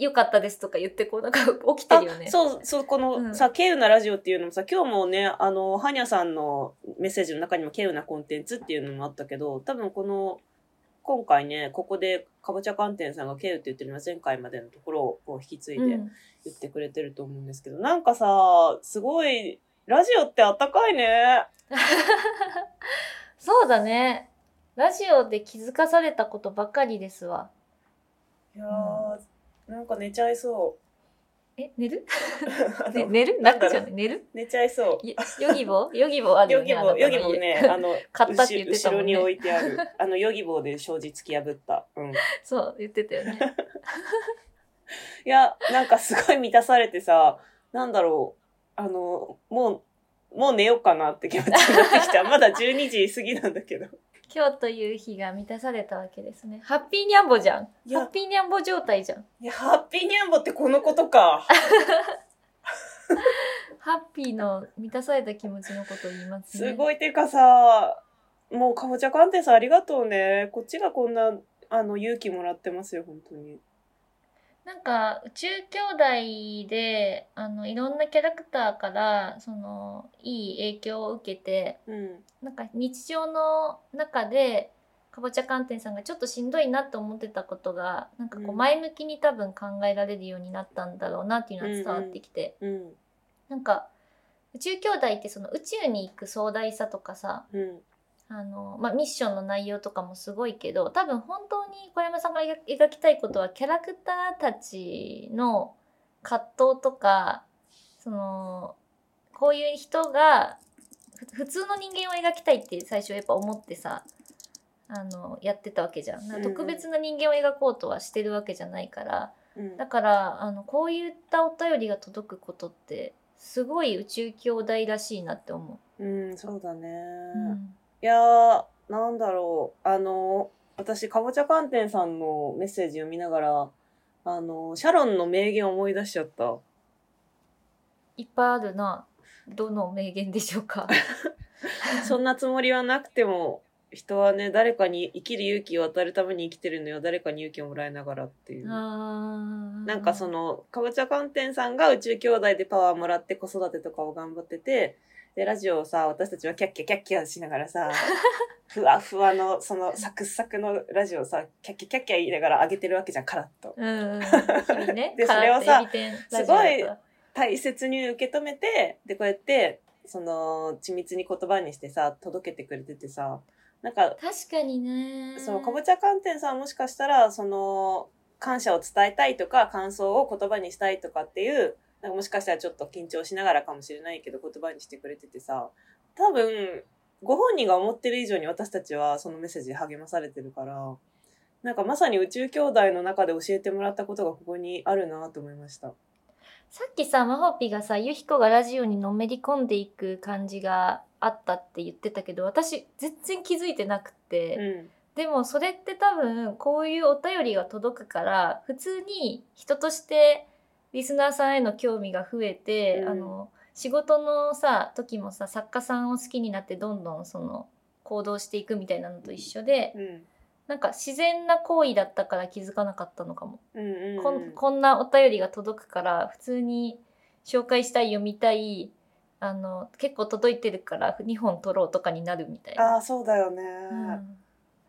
S2: 良かったです」とか言ってこうなんか *laughs* 起きて
S1: あ
S2: るよね。
S1: そう、そう、この、
S2: うん
S1: さ、稀有なラジオっていうのもさ、今日もね、あの、はにゃさんのメッセージの中にも稀有なコンテンツっていうのもあったけど、多分この、今回ね、ここで、かぼちゃ寒天さんが稀有って言ってるのは前回までのところをこう引き継いで
S2: う
S1: 言
S2: ん *laughs*
S1: ってくれてると思うんですけど、なんかさ、すごい、ラジオってあったかいね。
S2: そうだねラジオで気づかされたことばかりですわ。
S1: いやー、なんか寝ちゃいそ
S2: え寝る、
S1: う。 *laughs* あ
S2: ね、
S1: の
S2: 寝る
S1: なん
S2: 泣
S1: だろう
S2: くじゃない寝る
S1: 寝ちゃいそう。
S2: よヨギボーヨギボーあるよ
S1: ヨ
S2: ね
S1: ギ
S2: あ
S1: ボ
S2: な
S1: ー、ヨ
S2: たの家
S1: ギボーね、あの、
S2: *laughs* 買ったって言ってたもんね
S1: 後ろに置いてある。あの、ヨギボーで障子突き破った。うん。
S2: そう言ってたよね。
S1: いや、なんかすごい満たされてさ、なんだろう、あの、もう、もう寝ようかなって気持ちになって *laughs* きた。まだ12時過ぎなんだけど。
S2: 今日という日が満たされたわけですね。ハッピーニャンボじゃん。
S1: い
S2: ハッ
S1: や、
S2: ピーニャンボ状態じゃん。
S1: いやハッピーニャンボってこのことか。
S2: ハッピーの満たされた気持ちのことを言います
S1: *laughs*
S2: ね。
S1: すごい、てかさ、もうかぼちゃ鑑定さんありがとうね。こっちがこんな、あの、勇気もらってますよ、本当に。
S2: なんか宇宙兄弟であのいろんなキャラクターからそのいい影響を受けて
S1: うん。
S2: なんか日常の中でかぼちゃ寒天さんがちょっとしんどいなと思ってたことがなんかこ
S1: う
S2: うん前向きに多分考えられるようになったんだろうなっていうのは伝わってきて、
S1: うん。
S2: なんか宇宙兄弟ってその宇宙に行く壮大さとかさ
S1: うん。
S2: あの、まあ、ミッションの内容とかもすごいけど多分本当に小山さんが描描きたいことはキャラクターたちの葛藤とかそのこういう人がふ普通の人間を描きたいって最初やっぱ思ってさあのやってたわけじゃん。なんか特別な人間を描こうとはしてるわけじゃないから、
S1: うん
S2: だからあのこういったお便りが届くことってすごい宇宙兄弟らしいなって思
S1: うん、そうだね。
S2: う。うん
S1: いやー、なんだろう。あの、私、かぼちゃ寒天さんのメッセージ読みながら、あの、シャロンの名言を思い出しちゃった。
S2: いっぱいあるな。どの名言でしょうか。
S1: そんなつもりはなくても、人はね、誰かに生きる勇気を与えるために生きてるのよ。誰かに勇気をもらいながらっていう。な
S2: なん
S1: かそ、の、かぼちゃ寒天さんが宇宙兄弟でパワーもらって子育てとかを頑張ってて、で、ラジオをさ、私たちはキャッキャキャッキャしながらさ、ふわふわの、その、サクサクのラジオをさ、キャッキャキャッキャ言いながら上げてるわけじゃん、カラッと。。
S2: うんうん、日々ね
S1: *laughs* でそれをさ
S2: 空手エビ天
S1: すごい
S2: ラジオだか
S1: 大切に受け止めてでこうやってその緻密に言葉にしてさ届けてくれててさなんから
S2: 確かにね。
S1: そのかぼちゃ寒天さんはもしかしたらその感謝を伝えたいとか感想を言葉にしたいとかっていうなんかもしかしたらちょっと緊張しながらかもしれないけど言葉にしてくれててさ多分ご本人が思ってる以上に私たちはそのメッセージで励まされてるからなんかまさに宇宙兄弟の中で教えてもらったことがここにあるなと思いました。
S2: さっきさマホピがさユヒコがラジオにのめり込んでいく感じがあったって言ってたけど私全然気づいてなくて、
S1: うん。
S2: でもそれって多分こういうお便りが届くから普通に人としてリスナーさんへの興味が増えて、
S1: うん
S2: あの仕事のさ時もさ作家さんを好きになってどんどんその行動していくみたいなのと一緒で、
S1: うん。
S2: なんか自然な行為だったから気づかなかったのかも、
S1: うんうん、
S2: こんこんなお便りが届くから普通に紹介したい読みたいあの結構届いてるから2本取ろうとかになるみたい
S1: あ
S2: な。
S1: あ、そうだよね。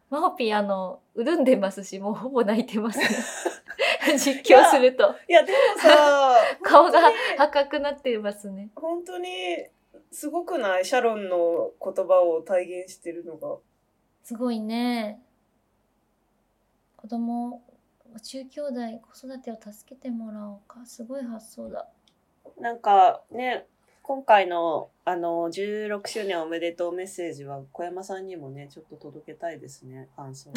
S2: マホピーあの潤んでますしもうほぼ泣いてますね *laughs* 実況すると、
S1: いや、でもさ
S2: *laughs* 顔が赤くなってますね
S1: 本当に、本当にすごくないシャロンの言葉を体現してるのが。
S2: すごいね子供中兄弟子育てを助けてもらおうかすごい発想だ
S1: なんかね、今回のあの16周年おめでとうメッセージは小山さんにもね、ちょっと届けたいですね、感想。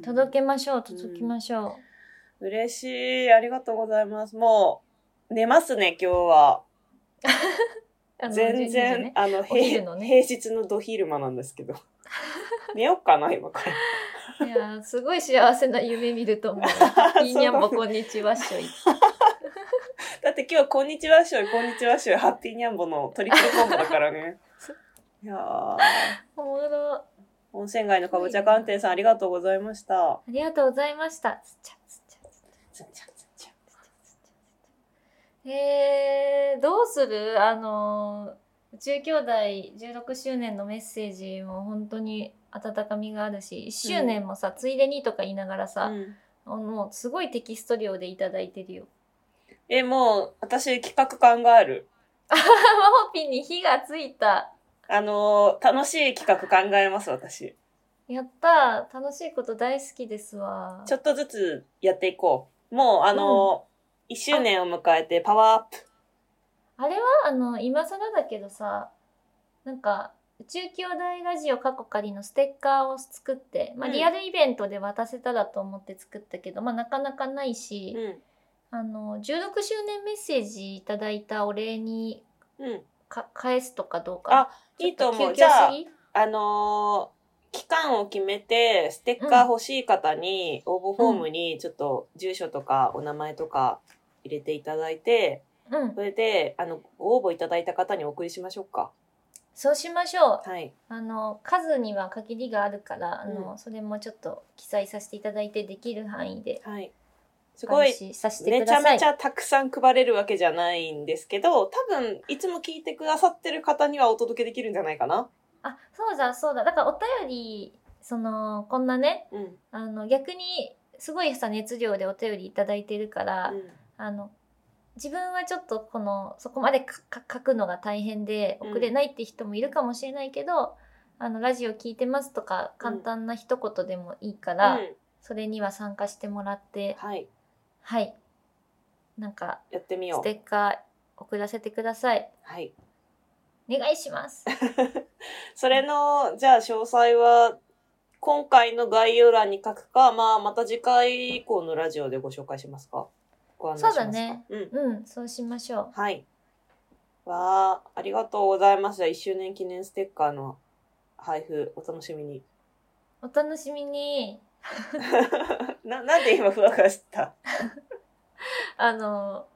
S2: お届けましょう届きましょ
S1: 嬉しい。ありがとうございます。もう、寝ますね、今日は。
S2: う、あの
S1: 全
S2: 12
S1: 然、
S2: 時ね
S1: あの、
S2: お昼のね
S1: 平平日のど昼間なんですけ
S2: *laughs*
S1: ど。寝よっかな、今から。
S2: いやーすごい幸せな夢見ると *laughs* 思ういいにゃんぼこんにちはっしょい
S1: だって今日、こんにちはっしょい、こんにちはっしょい、ハッピーニャンボのトリプルコンボだから *laughs* ね。いやー
S2: おもろあ
S1: 温泉街のかぼちゃ寒天さん、ありがとうございました。
S2: りがとうございましたつっちゃつっちゃつっちゃ
S1: つんちゃんつんちゃん
S2: えー、どうするあの宇宙兄弟16周年のメッセージも本当に温かみがあるし1周年もさ、ついでにとか言いながらさ、
S1: うん
S2: もうすごいテキスト量でいただいて
S1: *laughs*
S2: るよ。
S1: え、もう、私、企画考える。
S2: マホピンに火がついた
S1: あのー楽しい企画考えます、私。
S2: やったー楽しいこと大好きですわ
S1: ちょっとずつやっていこう。もう、あのー、1周年を迎えてパワーアップ。
S2: あれはあの今更だけどさなんか宇宙兄弟ラジオ過去仮のステッカーを作って、まあ、
S1: うん
S2: リアルイベントで渡せたらと思って作ったけど、まあ、なかなかないし、
S1: うん。
S2: あの16周年メッセージいただいたお礼に
S1: うん。
S2: か返すとかどうか
S1: いいと思う。
S2: ち
S1: じ
S2: ょっ
S1: ゃあ
S2: 急遽す、ぎ
S1: あのー期間を決めて、ステッカー欲しい方に、応募フォームに、ちょっと、住所とか、お名前とか、入れていただいて、
S2: うん
S1: それで、あの、ご応募いただいた方にお送りしましょうか。
S2: そうしましょう
S1: はい。
S2: あの数には限りがあるからあの、
S1: うん
S2: それもちょっと記載させていただいてできる範囲で
S1: はい。す
S2: す
S1: ごい、
S2: させて
S1: め
S2: く
S1: ちゃ
S2: ださい
S1: めちゃたくさん配れるわけじゃないんですけど、多分、いつも聞いてくださってる方にはお届けできるんじゃないかな。
S2: あそうだそうだだからお便りそのこんなね
S1: うん。
S2: あの逆にすごいさ熱量でお便りいただいてるから、あの自分はちょっとこのそこまでかか書くのが大変で
S1: うん
S2: 送れないって人もいるかもしれないけど、あのラジオ聞いてますとか簡単な一言でもいいか
S1: う
S2: ら、
S1: ん
S2: それには参加してもらって
S1: はい。
S2: はいなんか
S1: やってみよ
S2: ス
S1: う。
S2: テッカー送らせてください
S1: はい。
S2: お願いします
S1: *laughs* それの、じゃあ詳細は、今回の概要欄に書くか、まあ、また次回以降のラジオでご紹介しますか。ご案内しますか。
S2: そうだね。
S1: うん。
S2: うんそうしましょう
S1: はい。わあ、ありがとうございます。じゃあ1周年記念ステッカーの配布、お楽しみに。 *laughs*
S2: お楽しみに
S1: な、なんで今ふわふわした
S2: あの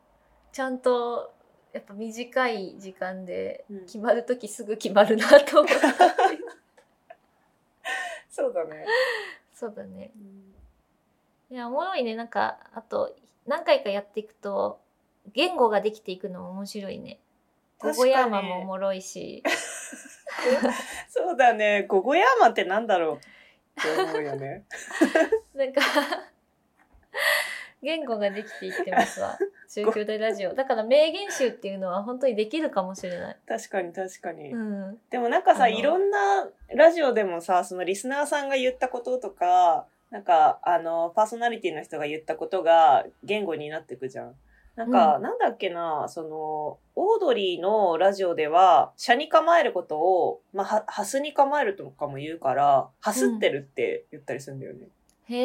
S2: ちゃんとやっぱ短い時間で
S1: うん
S2: 決まる時すぐ決まるなと思って、 *laughs*
S1: そうだね。
S2: そうだねいやおもろいねなんかあと何回かやっていくと言語ができていくのも面白いねゴゴヤーマもおもろいし
S1: そうだね。ゴゴヤーマンってなんだろうって思うよね。
S2: なんか *laughs* 言語ができていってますわ中京大ラジオだから名言集っていうのは本当にできるかもしれない、
S1: 確かに確かに。
S2: うん、
S1: でもなんか
S2: あ
S1: さ、
S2: の
S1: いろんなラジオでもさ、そのリスナーさんが言ったこととか、なんか、あの、パーソナリティの人が言ったことが言語になってくじゃん。なんか、
S2: う
S1: なんだっけな、その、オードリーのラジオでは、車に構えることを、まあ、はハスに構えるとかも言うから、ハスってるって言ったりするんだよね。
S2: へ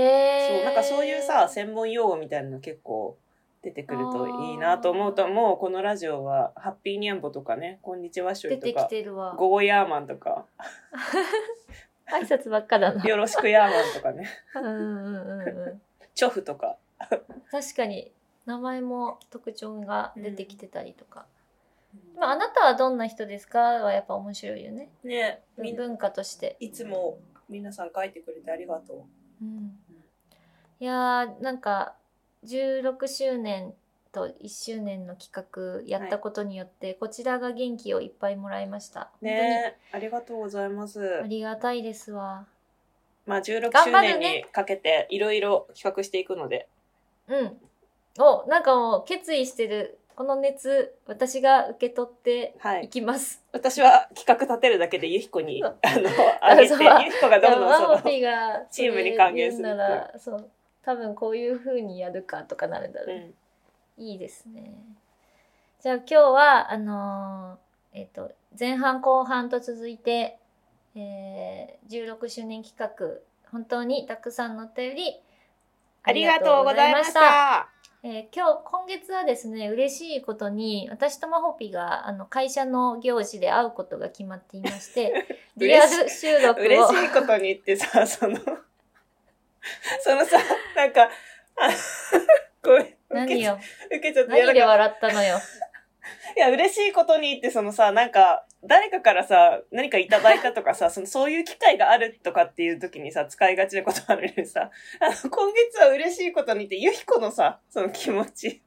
S2: え。
S1: そうなんかそういうさ専門用語みたいなの結構出てくるといいなと思うともうこのラジオは「ハッピーニャンボ」とかね「こんにちはしょ
S2: 出
S1: い」と
S2: てき
S1: か
S2: てる
S1: 「
S2: わ。
S1: ゴーヤーマン」とか
S2: 挨拶ばっか
S1: 「
S2: だな。
S1: よろしくヤーマン」とかね *laughs*
S2: うんうんうんう
S1: 「チョフ」とか
S2: ん。確かに名前も特徴が出てきてたりとか。まああなたはどんな人ですかはやっぱ面白いよね。
S1: ねみん
S2: 文化として。
S1: いつも皆さん書いてくれてありがとう。
S2: うんいやーなんか16周年と1周年の企画やったことによって、こちらが元気をいっぱいもらいました。
S1: ねえありがとうございます。
S2: 本当にありがたいですわ。
S1: まあ16
S2: 頑
S1: 周
S2: 張る
S1: 年
S2: ね
S1: にかけていろいろ企画していくので。
S2: うん。おなんかもう決意してるこの熱私が受け取って
S1: はいい。
S2: きます。
S1: 私は企画立てるだけでゆひこに、
S2: そ
S1: あ *laughs*
S2: う
S1: の、あげて、
S2: あそう
S1: ゆひこ *laughs* がどん
S2: いや
S1: どんそ
S2: マ
S1: の
S2: モ、ピが
S1: チームに還元する
S2: それ言うならそう多分こういう風にやるかとかなるんだろう
S1: う
S2: ね。
S1: ん。
S2: いいですね。じゃあ今日はあのーえっ、と前半後半と続いて、えー、16周年企画本当にたくさんのお便り
S1: ありがとうございまし。た。
S2: えー今日今月はですね嬉しいことに私とまほぴがあの会社の行事で会うことが決まっていまして
S1: *laughs*
S2: リアル収録を
S1: 嬉しいことに言って *laughs* さ、その、そのさ、なんか、あごめん、受け
S2: 何
S1: ちゃ
S2: よ
S1: 受けちゃってや
S2: 何
S1: ら
S2: で
S1: かっ
S2: 笑ったのよ
S1: たいや、嬉しいことにって、そのさ、なんか、誰かからさ、何かいただいたとかさ、
S2: *laughs*
S1: その、そういう機会があるとかっていう時にさ、使いがちなことあるのにさ、あの、今月は嬉しいことにって、ゆひこのさ、その気持ち。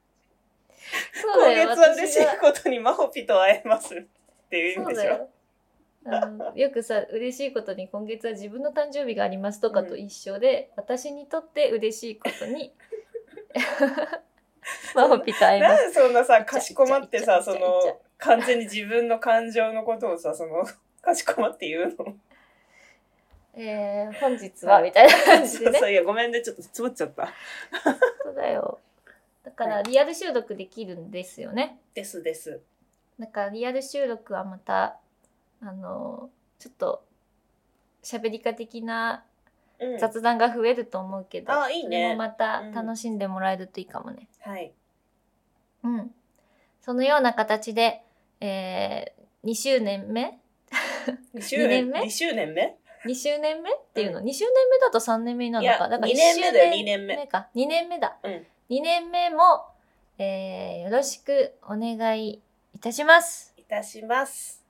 S2: そう
S1: 今
S2: だよ
S1: 月は嬉し
S2: 私が
S1: いことにマホピと会えますっていう意
S2: そ
S1: 味
S2: う
S1: で
S2: だ
S1: しょ。
S2: よ。あのよくさ嬉しいことに今月は自分の誕生日がありますとかと一緒で、私にとって嬉しいこ
S1: *laughs*
S2: とにマホピと会えま
S1: な
S2: す。
S1: んでそんなさ、かしこまってさ、
S2: いちゃ
S1: そ
S2: いちゃいちゃいちゃ
S1: の、完全に自分の感情のことをさ、その、 *laughs* かしこまって言うの。
S2: えー、本日はみたいな感じ
S1: そ
S2: で
S1: う
S2: ね。
S1: そういや、ごめんね、ちょっとつぼっちゃった。
S2: そうだよ。だからリアル収録できるんですよね。
S1: ですです。
S2: だからリアル収録はまたあのちょっと喋り家的な
S1: うん。
S2: 雑談が増えると思うけど、
S1: あいいね
S2: それもまた楽しんでもらえるといいかもね。
S1: はい。
S2: うん、そのような形で、えー、2周年目
S1: 2周
S2: 二
S1: 年
S2: 年目
S1: 目 ?2 周年目
S2: ?2 周年目っていうの、
S1: う
S2: 2周年目だと3年目になるの
S1: い
S2: か
S1: や
S2: だから
S1: 二年目だよ二年目
S2: か2年目だ、
S1: うん
S2: 2年目も、えー、よろしくお願いいたします
S1: いたします。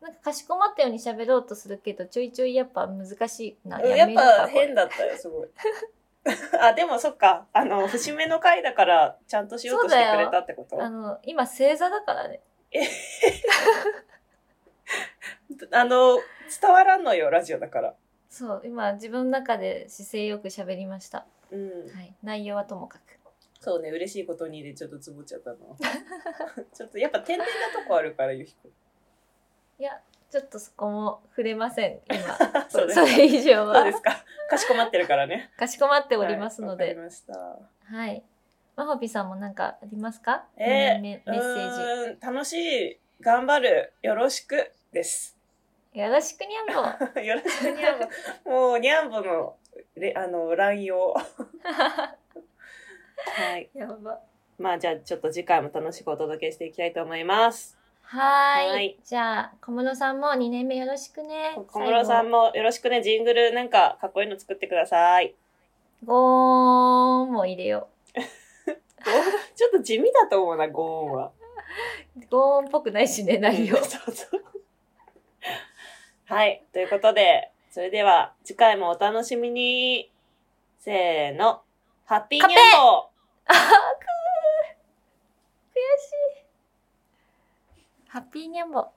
S2: なんかかしこまったように喋ろうとするけどちょいちょいやっぱ難しいな
S1: うんやっ
S2: める
S1: ぱ
S2: かこれ
S1: 変だったよ、すごい。 *laughs* あ、でもそっか。あの、節目の回だから、ちゃんとしようとしてくれたってこと
S2: あの今正座だからね
S1: あの、伝わらんのよ、ラジオだから。
S2: そう今自分の中で姿勢よく喋りました、
S1: うん。
S2: はい、内容はともかく
S1: そうね、嬉しいことにでちょっとつぼっちゃったの。 *laughs* ちょっとやっぱ天然なとこあるから、ゆひ *laughs* こ。
S2: いや、ちょっとそこも触れません、今。
S1: *laughs* そ
S2: そう
S1: です
S2: れ以上
S1: そう
S2: は
S1: で。すか。かしこまってるからね。
S2: *laughs* かしこまっておりますの
S1: はい
S2: で。
S1: わかりました。
S2: はい。まほぴさんもなんかありますか
S1: えー
S2: メメッセー
S1: うーん楽しい、頑張る、よろしくです。 *laughs*
S2: ジ。よろしくにゃんぼ。
S1: よろしくにゃん *laughs* ぼ。もう、にゃんぼの、れあの、乱用。はい。
S2: *laughs* やば。
S1: まあ、じゃあ、ちょっと次回も楽しくお届けしていきたいと思います。
S2: はーい
S1: はい
S2: じゃあ、小室さんも2年目よろしくね。
S1: 小室さんもよろしくね、ジングルなんか、かっこいいの作ってください。
S2: 最後。ゴーンも入れよ
S1: ちょっと地味だと思うな、ゴーンは。。
S2: う。ゴーンっぽくないしね、内容
S1: *laughs* そうそうはい。ということで、それでは次回もお楽しみに。せーの。ハッピーニャンボー
S2: ハッピーにゃんぼ。